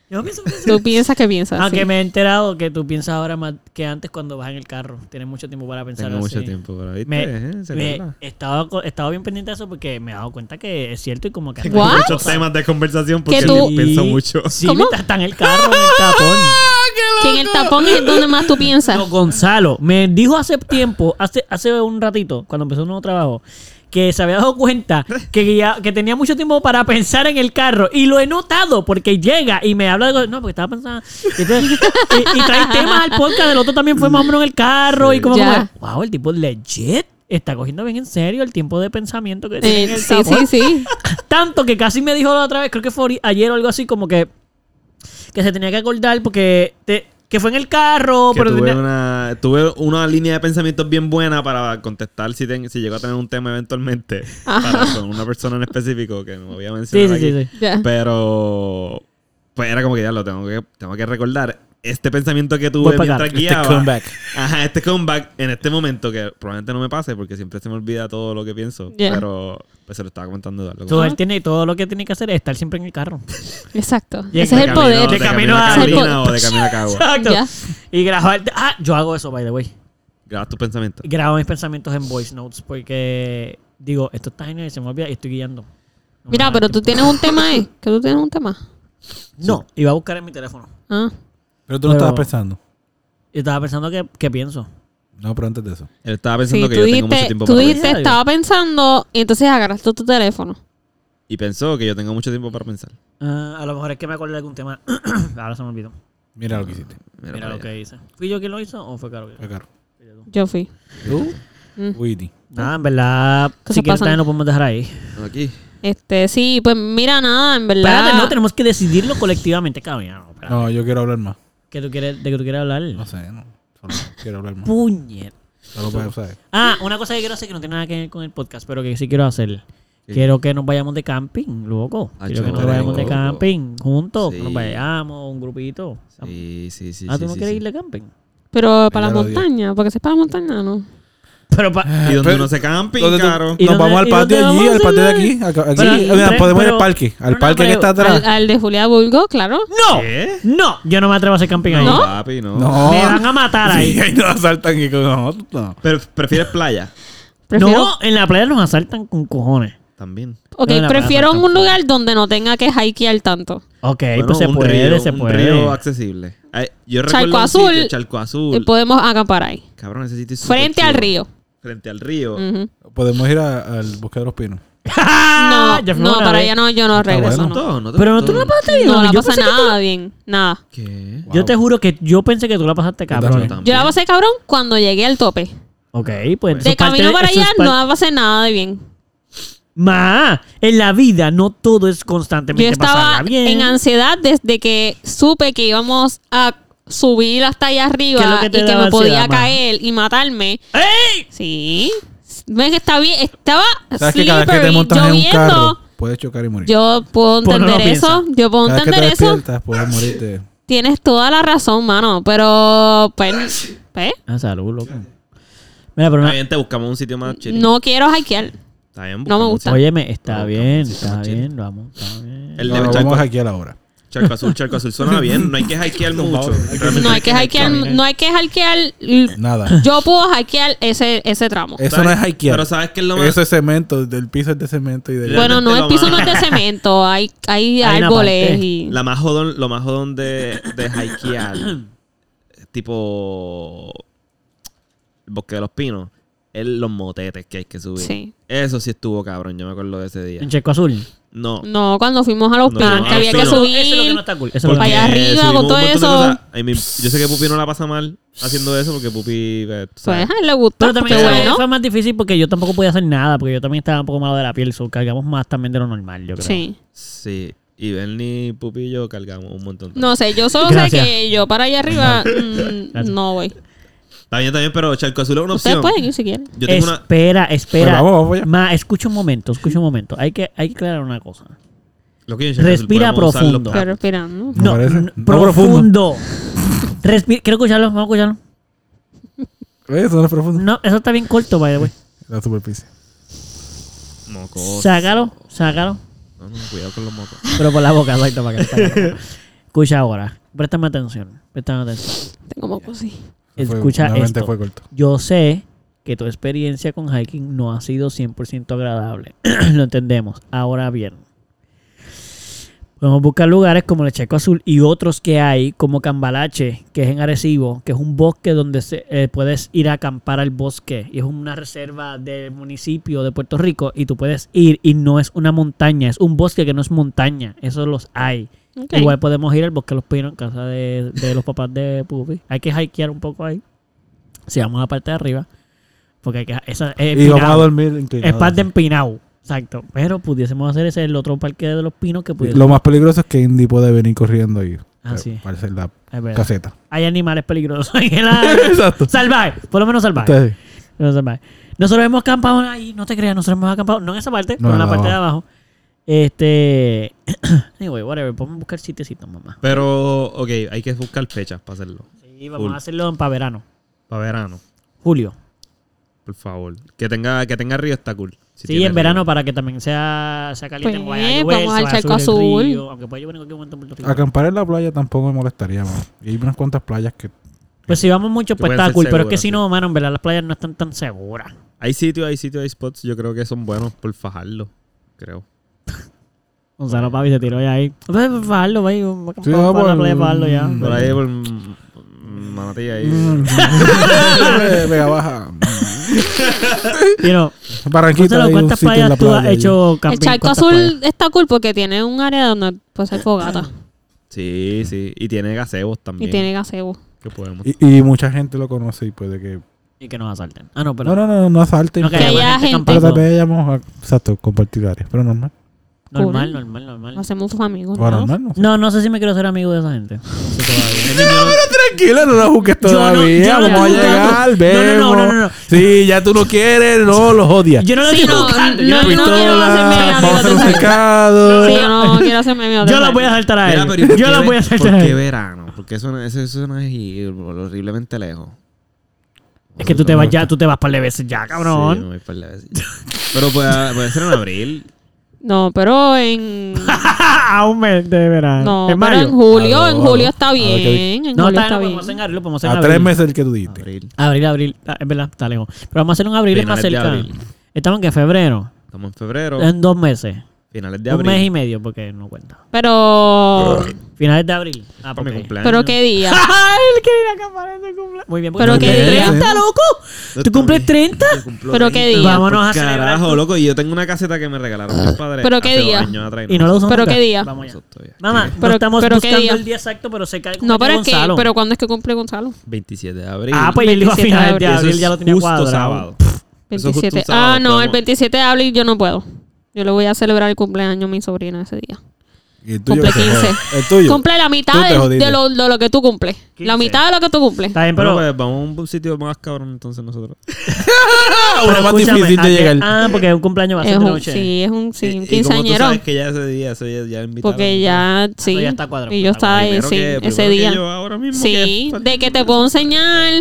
Yo pienso que pienso.
Tú piensas que piensas.
Aunque
sí.
me he enterado que tú piensas ahora más que antes cuando vas en el carro. Tienes mucho tiempo para pensar
Tengo
así.
mucho tiempo para ¿viste?
Me,
¿Eh? ¿Se
me-
acuerda?
estaba, co- estaba bien pendiente de eso porque me he dado cuenta que es cierto y como que...
¿What?
Muchos temas de conversación
Que
porque
tú-
yo pienso mucho.
Sí,
¿Cómo?
mientras está en el carro, en el tapón.
Que en el tapón es donde más tú piensas.
No, Gonzalo, me dijo hace tiempo, hace, hace un ratito, cuando empezó un nuevo trabajo, que se había dado cuenta que, ya- que tenía mucho tiempo para pensar en el carro. Y lo he notado porque llega y me habla de cosas. No, porque estaba pensando. Y, entonces- y- y trae temas al podcast. El otro también fue más o menos en el carro. Y como,
Ya.
como, wow, el tipo legit. Está cogiendo bien en serio el tiempo de pensamiento que tiene en
Eh,
el
sí,
tapón.
sí, sí.
Tanto que casi me dijo la otra vez, creo que fue ori- ayer o algo así, como que, que se tenía que acordar porque te- que fue en el carro,
Que
Oh, pero
tuve,
tenía-
una, tuve una línea de pensamientos bien buena para contestar si, ten- si llego a tener un tema eventualmente para, con una persona en específico que no había
Sí,
mencionado.
sí, sí,
aquí.
sí.
Ya.
Pero pues era como que ya lo tengo que, tengo que recordar. Este pensamiento que tuve
Voy para acá.
mientras
Este
guiaba.
comeback.
Ajá, este comeback en este momento que probablemente no me pase porque siempre se me olvida todo lo que pienso.
Ya.
Pero pues se lo estaba comentando a Eduardo.
Todo, él tiene, todo lo que tiene que hacer es estar siempre en el carro.
Exacto.
Y
Ese
en
es
De camino-
el poder.
De camino
a-
a
Ese es el
Carolina o de camino a Cagua.
Exacto.
Ya.
Y grabar. Ah, yo hago eso, by the way.
Grabas tus pensamientos.
Grabo mis pensamientos en voice notes porque digo, esto está genial y se me olvida y estoy guiando. No me
Mira,
da
pero tú
tiempo.
tienes un tema, ¿eh? Que tú tienes un tema.
No, iba a buscar en mi teléfono.
Ah.
Pero tú no
Pero-
estabas pensando.
Y estaba pensando que, que pienso.
No, pero antes de eso.
Él estaba
Sí,
pensando que
tú
yo tengo mucho
dijiste,
tiempo
tú
para
dijiste,
pensar.
estaba pensando y entonces agarraste tu teléfono.
pensar. Y pensó que yo tengo mucho tiempo para pensar.
Ah, a lo mejor es que me acordé de algún tema. Ahora se me olvidó.
Mira lo que hiciste.
Mira,
Mira
para
lo
allá.
que hice. ¿Fui yo quien lo hizo o fue Caro?
Fue caro.
Yo fui.
¿Tú?
Mm.
Witty.
Nada, Ah, en verdad,
Cosas
si quieres
pasan.
también lo podemos dejar ahí.
Aquí.
Este, sí, pues mira, nada, en verdad.
Espérate, no, tenemos que decidirlo colectivamente, cabrón. No, espérate.
No, yo quiero hablar más.
¿Qué tú quieres, ¿De que tú quieres hablar?
No sé, no. Solo quiero hablar más.
Puñet.
Solo para, ¿sabes?
Ah, una cosa que quiero hacer que no tiene nada que ver con el podcast, pero que sí quiero hacer. Quiero que nos vayamos de camping, loco.
Ah,
Quiero que nos
chévere,
vayamos de
loco.
camping juntos. Que nos
Sí.
vayamos, un grupito.
Sí, sí, sí.
ah,
sí,
¿tú no
sí,
quieres
sí.
ir de camping?
Pero para la
lo dio.
montaña, porque si es para la montaña, no.
Pero pa-
Y donde
Pero-
uno se camping,
¿Dónde tú-
caro.
¿Y
Nos
dónde-
vamos al
y
patio
dónde
allí,
vamos
al
a
patio de
cenar?
aquí. acá- aquí.
Pero-
Eh, mira,
pero-
podemos ir
pero-
al parque.
no,
Al
no,
parque que
pero-
está atrás.
Al, al de Julia Bulgo, claro.
¡No!
¿Qué?
¡No! Yo no me atrevo a hacer camping ahí.
No,
¿No?
papi, no.
No.
Me van a matar ahí.
Sí, ahí nos asaltan y con nosotros. No.
Pero prefieres playa
Prefiero,
No, en la playa nos asaltan con cojones.
también.
ok,
no, no,
prefiero
no, no,
un
no.
lugar donde no tenga que hikear tanto.
Ok,
Bueno,
pues se
un
puede,
río-
se
un
puede.
río accesible. Ay, yo
Charco
recuerdo un
Azul.
sitio, Charco Azul.
Y podemos acampar ahí.
Cabrón, ese sitio es súper
Frente al
chulo.
río.
Frente al río.
Ujú.
Podemos ir a- al bosque de los pinos.
¡Ah!
No,
Ya fuimos
no,
una
para
vez.
allá no, yo no regreso.
bueno.
no.
Todo, no te-
Pero no,
todo.
tú no la pasaste bien.
No, la
yo
pasa
pensé que tú-
nada bien, nada.
¿Qué?
Yo te juro que yo pensé que tú la pasaste cabrón.
también.
Yo la pasé cabrón cuando llegué al tope.
Ok, pues. eso
De
es parte
camino para
eso es
allá
parte-
no la pasé nada de bien.
Ma, en la vida no todo es
Yo
constantemente
estaba
pasarla bien.
en ansiedad desde que supe que íbamos a subir hasta allá
¿Qué es
arriba
lo que
y
te
que
daba
me podía
ansiedad, ma?
caer y matarme.
¡Ey!
Sí. Ven que está bien. Estaba
¿Sabes que cada vez que te
slippery,
montas en un carro,
lloviendo.
puedes chocar y morir?
Yo puedo
Pues no lo
entender eso.
piensa.
Yo puedo
cada vez que te
entender eso.
despiertas, puedes morirte.
Tienes toda la razón, mano. Pero, pues, pues,
Ah, salud, loco. Mira, pero
Está
no.
bien, te buscamos un sitio más chill.
no quiero hackear.
Está bien,
no me
buscamos un
gusta.
sitio.
Óyeme, está
Loco,
bien,
sí,
está
chido.
bien, vamos, está bien.
El
No,
de
no,
Charco,
vamos aquí a la hora.
Charco Azul, Charco Azul. Suena bien. No hay que hackear mucho. Realmente
No hay que hackear. No hay que hackear.
Nada.
Yo puedo hackear ese, ese tramo.
Eso no es
¿Sabes?
hackear.
Pero ¿sabes qué es lo más?
Eso es cemento. Del piso es de cemento y de...
Bueno,
Bueno, no,
realmente
el
lo
piso no
más-
es de cemento. Hay, hay,
Hay una
árboles
parte.
y.
La más jodón, lo más jodón de, de hikear, tipo el bosque de los pinos, es los motetes que hay que subir.
Sí.
Eso sí estuvo cabrón, yo me acuerdo de ese día.
En Checo Azul.
No.
No, cuando fuimos a los
No,
pinos,
no,
que había
eso
que
no.
subir.
Eso es lo que no está cool. Eso es lo
porque
Allá
que no está cool.
arriba,
subimos
con
un
todo
montón de
eso.
cosas. I mean, yo sé que Pupi no la pasa mal haciendo eso porque Pupi... eh, tú
Pues
sabes.
a él le gustó.
Pero también
porque
fue-
bueno.
fue más difícil porque yo tampoco podía hacer nada, porque yo también estaba un poco malo de la piel, so cargamos más también de lo normal, yo creo.
Sí.
Sí. Y Bernie, Pupi y yo cargamos un montón. también.
No sé, yo solo sé
Gracias.
que yo para allá arriba mm, no voy.
Está bien, está bien, pero Charco Azul es una
Ustedes
opción.
pueden ir si quieren.
Yo tengo una...
Espera, espera.
Pero vamos, vamos allá.
Ma, escucha un momento, escucha un momento. Hay que, hay que aclarar una cosa.
Lo que yo en Charco Azul
Respira
podemos usar los
profundo.
pads.
Pero respirando.
¿No
No,
parece?
n-
No
profundo. Respira, quiero escucharlo, vamos a escucharlo.
Eso no es profundo.
No, eso está bien corto, by the way.
La superficie.
Mocoso.
Sácalo, sácalo.
No, no, cuidado con los mocos.
Pero por la boca, exacto, para que no te caiga. Escucha ahora. Préstame atención. Préstame atención.
Tengo moco así.
Fue-
Escucha
nuevamente
esto.
fue corto.
Yo sé que tu experiencia con hiking no ha sido 100% agradable. Lo entendemos. Ahora bien. Podemos buscar lugares como el Checo Azul y otros que hay, como Cambalache, que es en Arecibo, que es un bosque donde se- eh, puedes ir a acampar al bosque. Y es una reserva del municipio de Puerto Rico y tú puedes ir y no es una montaña, es un bosque que no es montaña. Eso los hay.
Ok.
Igual podemos ir al bosque de los pinos en casa de, de los papás de Pupi. Hay que hikear un poco ahí. Si vamos a la parte de arriba. Porque hay que, esa es
y vamos a
empinado.
dormir inclinados.
Eh, Es parte de empinado. Exacto. Pero pudiésemos hacer ese el otro parque de los pinos que pudiésemos.
Lo más peligroso es que Indy puede venir corriendo ahí.
Pues, Ah, sí.
Para hacer la
Es verdad.
caseta.
Hay animales peligrosos en el área.
Exacto.
salvaje. Por lo menos salvaje.
Entonces,
Por lo menos salvaje. Nosotros hemos acampado ahí. No te creas, nosotros hemos acampado. No en esa parte,
No,
pero en la
no,
parte de
no.
abajo. Este. anyway, whatever. Podemos buscar sitiecitos, mamá.
Pero, ok, hay que buscar fechas para hacerlo.
Sí, vamos
Cool.
a hacerlo para verano.
Para verano,
Julio.
por favor. Que tenga, que tenga río está cool. Si
sí,
tiene
en verano
río.
para que también sea, sea caliente en
Pues,
Guayaquil.
vamos al Charco Azul.
aunque puede llover en cualquier momento en Puerto Rico.
acampar en la playa tampoco me molestaría, mano. Y hay unas cuantas playas que.
Pues si vamos mucho,
Que
pues
pueden
está
ser
cool. Pero es
seguras,
que si
sí.
no, mano, en verdad las playas no están tan seguras.
Hay sitios, hay sitios, hay spots. Yo creo que son buenos por fajarlo, creo.
Gonzalo Pavi se tiró ya ahí. Pues pues, fajarlo, vaya. Vamos a
Sí,
acampar
vamos
para la
al-
playa, fajarlo ya.
Por ahí, por mm, Manatí, ahí.
Mm.
Vega baja.
You know,
Barranquita.
Gonzalo,
hay un
¿cuántas
sitio en
playas
la
tú has
playa allí.
hecho
El
camping?
charco
¿Cuántas
azul
playas?
está cool porque tiene un área donde pues hay fogata
Sí, sí. Y tiene gazebos
y
también.
tiene gazebo.
Que podemos.
Y, y mucha gente lo conoce y puede que.
Y que nos asalten. Ah, no, pero...
No, no, no, no asalten.
No, que
Que
haya
haya
gente
gente.
pero
acampando.
también vamos a exacto, compartir áreas. Pero normal.
Normal, normal, normal.
Hacemos sus amigos.
Bueno,
¿no?
normal no.
No, no sé si me quiero ser amigo de esa gente. No sé todavía.
Tranquila, no la juzgues
Yo no-
todavía.
yo no
vamos a
estoy
llegar,
juzgando. No, no, no,
vemos.
no, no, no.
Sí, ya tú no quieres, no, los odias.
Yo no lo
Sí,
quiero
no,
buscar.
no,
Yo
no,
no-
quiero hacerme
Pistola,
amigo
vamos a hacer
de
un
esa-
cercado.
Sí, yo no quiero hacerme amigo de
Yo
esa
la voy a
gente.
saltar a
Mira, pero ¿y
él.
por
Yo
qué
la
ve-
voy a
¿Por
saltar a
qué
él.
verano? Porque eso no, eso, eso no es ir horriblemente lejos.
Es que tú te vas ya, tú te vas par de veces ya,
Sí, me
cabrón.
voy para la vez. Pero puede, puede ser en abril.
No, pero en
Aún me Ah, de verano.
no,
en
pero en
mayo.
julio,
Claro,
en julio está
claro. Ah, ok.
bien, en
No,
julio
está,
está
no,
bien.
podemos en abril, lo podemos hacer en
A
abril.
tres meses el que tú dijiste.
Abril.
Abril, abril. Ah, es verdad, está lejos. Pero vamos a hacer un abril es más
Finales de
cerca.
abril.
Estamos que en febrero.
Estamos en febrero.
En dos meses.
Finales de
un
abril.
mes y medio, porque no cuenta.
Pero
Finales de abril. Ah,
Para mi
porque-
cumpleaños.
pero qué día.
¡Ay, él quiere ir a acampar en su cumpleaños! Muy bien, porque
Pero
tú
qué
cumples
día.
30, loco. ¿Tú cumples 30?
Yo cumplo
Pero qué
30.
día.
Vámonos a celebrar
Carajo,
tu-
loco. Y yo tengo una caseta que me regalaron mis padres.
Pero qué
hace dos
día.
años atrás
Y no lo usamos
¿Pero
nunca.
qué día?
Vamos allá.
uso todavía.
Mamá,
Tiene
no
Pero-
estamos
pero qué
buscando
día.
el día exacto, pero se cae con
No, pero es que,
Gonzalo.
pero cuándo es que cumple Gonzalo?
27 de abril.
Ah, pues él dijo a
27 de
finales de
Y eso
abril,
es
ya lo tenía
justo
cuadrado.
sábado. Eso es justo un
27.
sábado,
ah, no, el
podemos-
27 de abril yo no puedo. Yo le voy a celebrar el cumpleaños a mi sobrina ese día.
Y el tuyo.
Cumple
que se
15.
joda. El tuyo.
Cumple la
Tú
mitad
te
de,
jodiste.
de lo, de lo que tú cumples. La
15.
mitad de lo que tú cumples.
Está bien,
Bueno,
pero...
pues vamos a un sitio más cabrón entonces nosotros.
Ah,
pero
uno más
escúchame,
difícil de
¿a qué-
llegar.
Ah, porque un cumpleaños va a
Es
ser de
un,
noche.
sí, es un, sí, un
Y- y como tú
quinceañero.
sabes que ya ese día, eso ya, ya invitaron.
Porque ya, sí.
eso ya está cuadrado,
y yo
está
estaba ahí,
Primero
sí,
que-
ese
primero que
día.
yo ahora mismo
Sí,
que-
de que te puedo enseñar.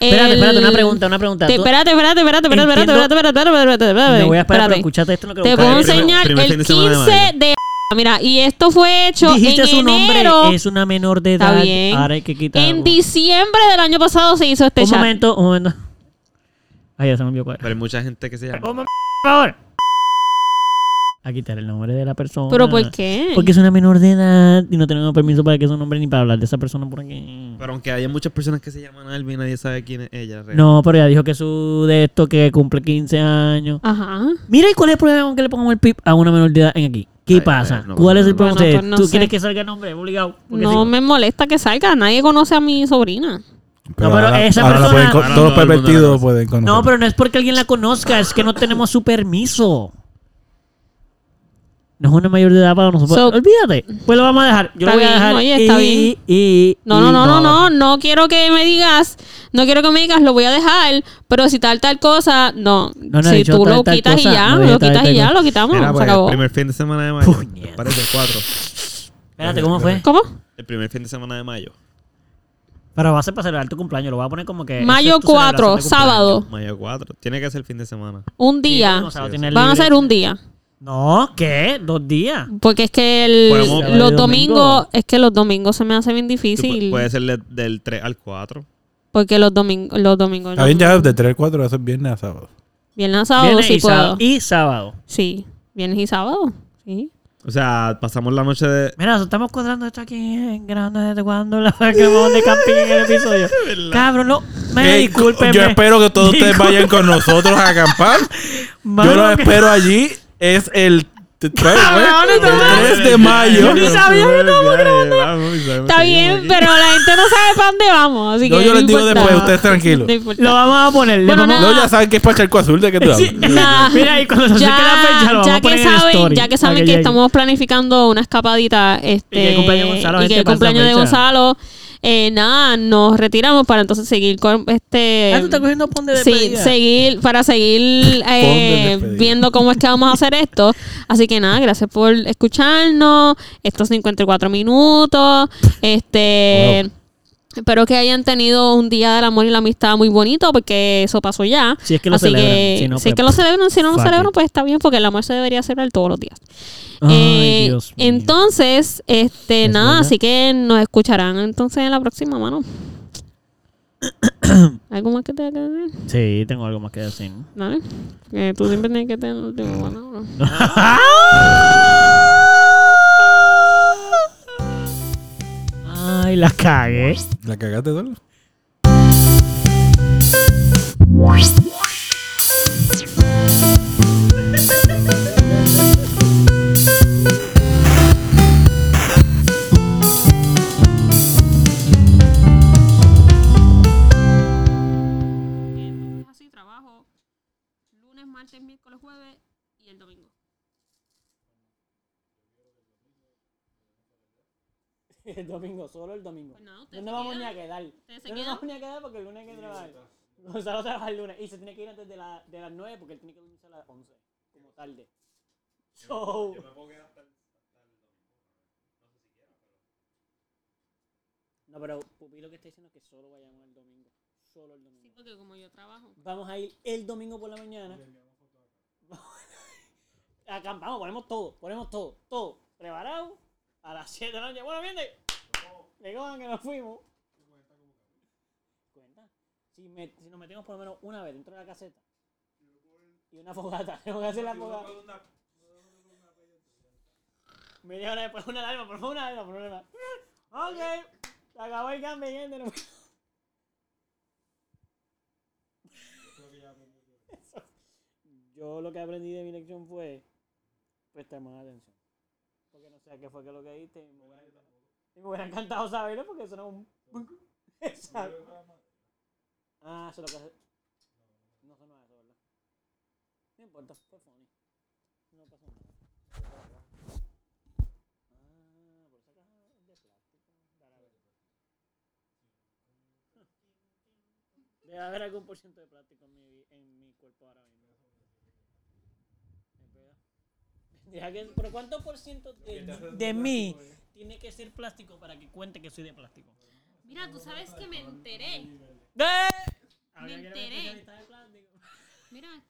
Espérate,
el-
espérate, una pregunta, una pregunta.
Eh, Te-
Tú-
espérate, espérate, espérate, espérate, espérate,
Entiendo-
espérate, espérate, espérate, espérate, espérate,
Me voy a esperar, pero
espérate.
escuchaste esto, es lo que
Te
buscaba.
puedo
el primer-
enseñar
primer fin
el
de semana de
15 de Mira, y esto fue hecho
Dijiste
en
su nombre,
enero.
es una menor de edad.
Está bien.
Ahora hay que quitar.
En diciembre del año pasado se hizo este
un
chat.
momento, un momento. Ay, ya se me envió cuál.
Pero
era.
hay mucha gente que se llama.
Un momento, por favor. A quitar el nombre de la persona.
¿Pero por qué?
Porque es una menor de edad y no tenemos permiso para que su nombre ni para hablar de esa persona por aquí.
Pero aunque haya muchas personas que se llaman Albi, nadie sabe quién es ella. realmente.
No, pero ya dijo que su de esto que cumple 15 años.
Ajá.
Mira, ¿y cuál es el problema con que le pongamos el pip a una menor de edad en aquí? ¿Qué
Ay,
pasa?
ay, no
¿Cuál
pasa
es el
nada.
problema? de
Bueno, pues, no
¿Tú
sé.
quieres que salga el nombre? Obligado. Porque
No
sí.
me molesta que salga. Nadie conoce a mi sobrina.
No, pero
ahora-
esa
ahora la
Ah,
persona-
pueden con-
Ahora
todos los
todo el mundo la
pervertidos
conoce.
pueden conocer.
No, pero no es porque alguien la conozca, es que no tenemos su permiso. No es una mayor de edad para nosotros.
So-
Olvídate. Pues lo vamos a dejar. Yo
Está
lo voy a
bien,
dejar.
oye, está
y,
bien.
y-
No,
y
no, no, no, no. No quiero que me digas. No quiero que me digas, lo voy a dejar. Pero si tal, tal cosa. No.
No, no, he
si
dicho
tú
tal,
lo
tal
quitas
cosa,
y ya.
no dije
lo
tal,
quitas
tal
y ya.
cosa.
Lo quitamos.
Era
se
pues, el
acabó.
primer fin de semana de mayo.
Puñeta.
Parece cuatro.
Espérate, ¿cómo fue?
¿Cómo?
El primer fin de semana de mayo.
Pero va a ser para celebrar tu cumpleaños. Lo voy a poner como que. esa
Mayo
es tu celebración
4,
de cumpleaños.
sábado.
Mayo 4. Tiene que ser el fin de semana.
Un
Sí,
día.
Gonzalo tiene
Van a
libre.
ser un día.
No, ¿qué? Dos días.
Porque es que el-
Podemos-
los
Sábado y domingo.
domingos. Es que los domingos se me hace bien
Tú pu-
difícil.
Puede ser de- del 3 al 4.
Porque los domingos. Los domingos.
Está bien, ya de 3 al 4 eso es viernes a sábado.
Viernes a sábado
Viernes
sí
y,
puedo.
sábado, y sábado.
Sí. Viernes y sábado. Sí.
O sea, pasamos la noche de.
Mira, nosotros estamos cuadrando esto aquí en grande desde cuando la que vamos de camping en el episodio. Cabrón, no. Me
Ey,
disculpen.
Yo espero que todos ustedes vayan con nosotros a acampar. Yo los espero allí. Es el 3, de mayo.
Yo ni sabía que estábamos
Está bien, pero la gente no sabe para dónde vamos. Así
No,
que
yo
no
les digo
importa.
después, ustedes tranquilos.
No importa.
Lo vamos a poner. le
Bueno,
vamos-
No, ya saben que es para Charco Azul, ¿de qué tú hablas?
Sí. Mira, y cuando se acerque la fecha, lo vamos a
ya,
poner
que
en
saben,
story
ya que
para
saben
que
que,
llegue.
Ah,
estamos planificando una escapadita este,
Y que el cumpleaños de Gonzalo
y que
este
el
pasa
cumpleaños de
fecha.
Gonzalo, eh, nada, nos retiramos para entonces seguir con este...
Ah, tú estás cogiendo pon de
Sí,
despedida.
seguir, para seguir eh, viendo cómo es que vamos a hacer esto. Así que nada, gracias por escucharnos. Estos 54 minutos. Este. Espero que hayan tenido un día del amor y la amistad muy bonito, porque eso pasó ya.
Si es que lo
Así
celebran,
que-
si no,
si es
pues,
que lo celebran, si no lo
fuck
celebran,
it.
pues está bien, porque el amor se debería celebrar todos los días.
Ay,
Eh,
Dios mío.
entonces, este,
Es
nada,
verdad.
así que nos escucharán entonces en la próxima, mano. ¿Algo más que te que decir?
Sí, tengo algo más que decir.
Dale. Que tú siempre tienes que tener el último palabra.
Ay, la cagué.
¿La cagaste, Dolo?
Entonces, así trabajo lunes, martes, miércoles, jueves y el domingo.
El domingo, solo el domingo.
Pues nada,
No
ustedes
nos
se
vamos ni
quedan.
a quedar.
¿Ustedes se
No nos
quedan?
vamos ni a quedar porque el lunes hay que trabajar. Gonzalo trabaja el lunes y se tiene que ir antes de, la- de las 9 porque él tiene que dormirse a las 11, como tarde. So, no, pero Pupi lo que está diciendo es que solo vayamos el domingo. Solo el domingo.
Porque como yo trabajo.
Vamos a ir el domingo por la mañana. Acampamos, ponemos todo, ponemos todo, todo. Preparado a las 7 de la noche. Bueno, viene. Le cojan que nos fuimos. Cuenta. Si, me- si nos metemos por lo menos una vez dentro de la caseta. Y una fogata. Tenemos que hacer la fogata. Media hora después, una alarma, por favor, una alarma, por favor, una alarma. Ok. Se acabó el cambio, gente. nos- Yo lo que aprendí de mi lección fue prestar más atención. Porque no sé a qué fue que lo que diste. Y me hubiera, y me hubiera encantado saberlo porque eso no es un. Exacto. Ah, eso es lo que hace. No sonó eso, ¿verdad? No importa, fue funny. No pasó nada. Ah, por esa caja es de plástico. Dale a ver. Debe haber algún por ciento de plástico en mi, en mi cuerpo ahora mismo. Es verdad. Tendría que- ¿Pero cuánto por ciento de, de mí tiene que ser plástico para que cuente que soy de plástico?
Mira, tú sabes que me enteré.
Me
enteré. Mira,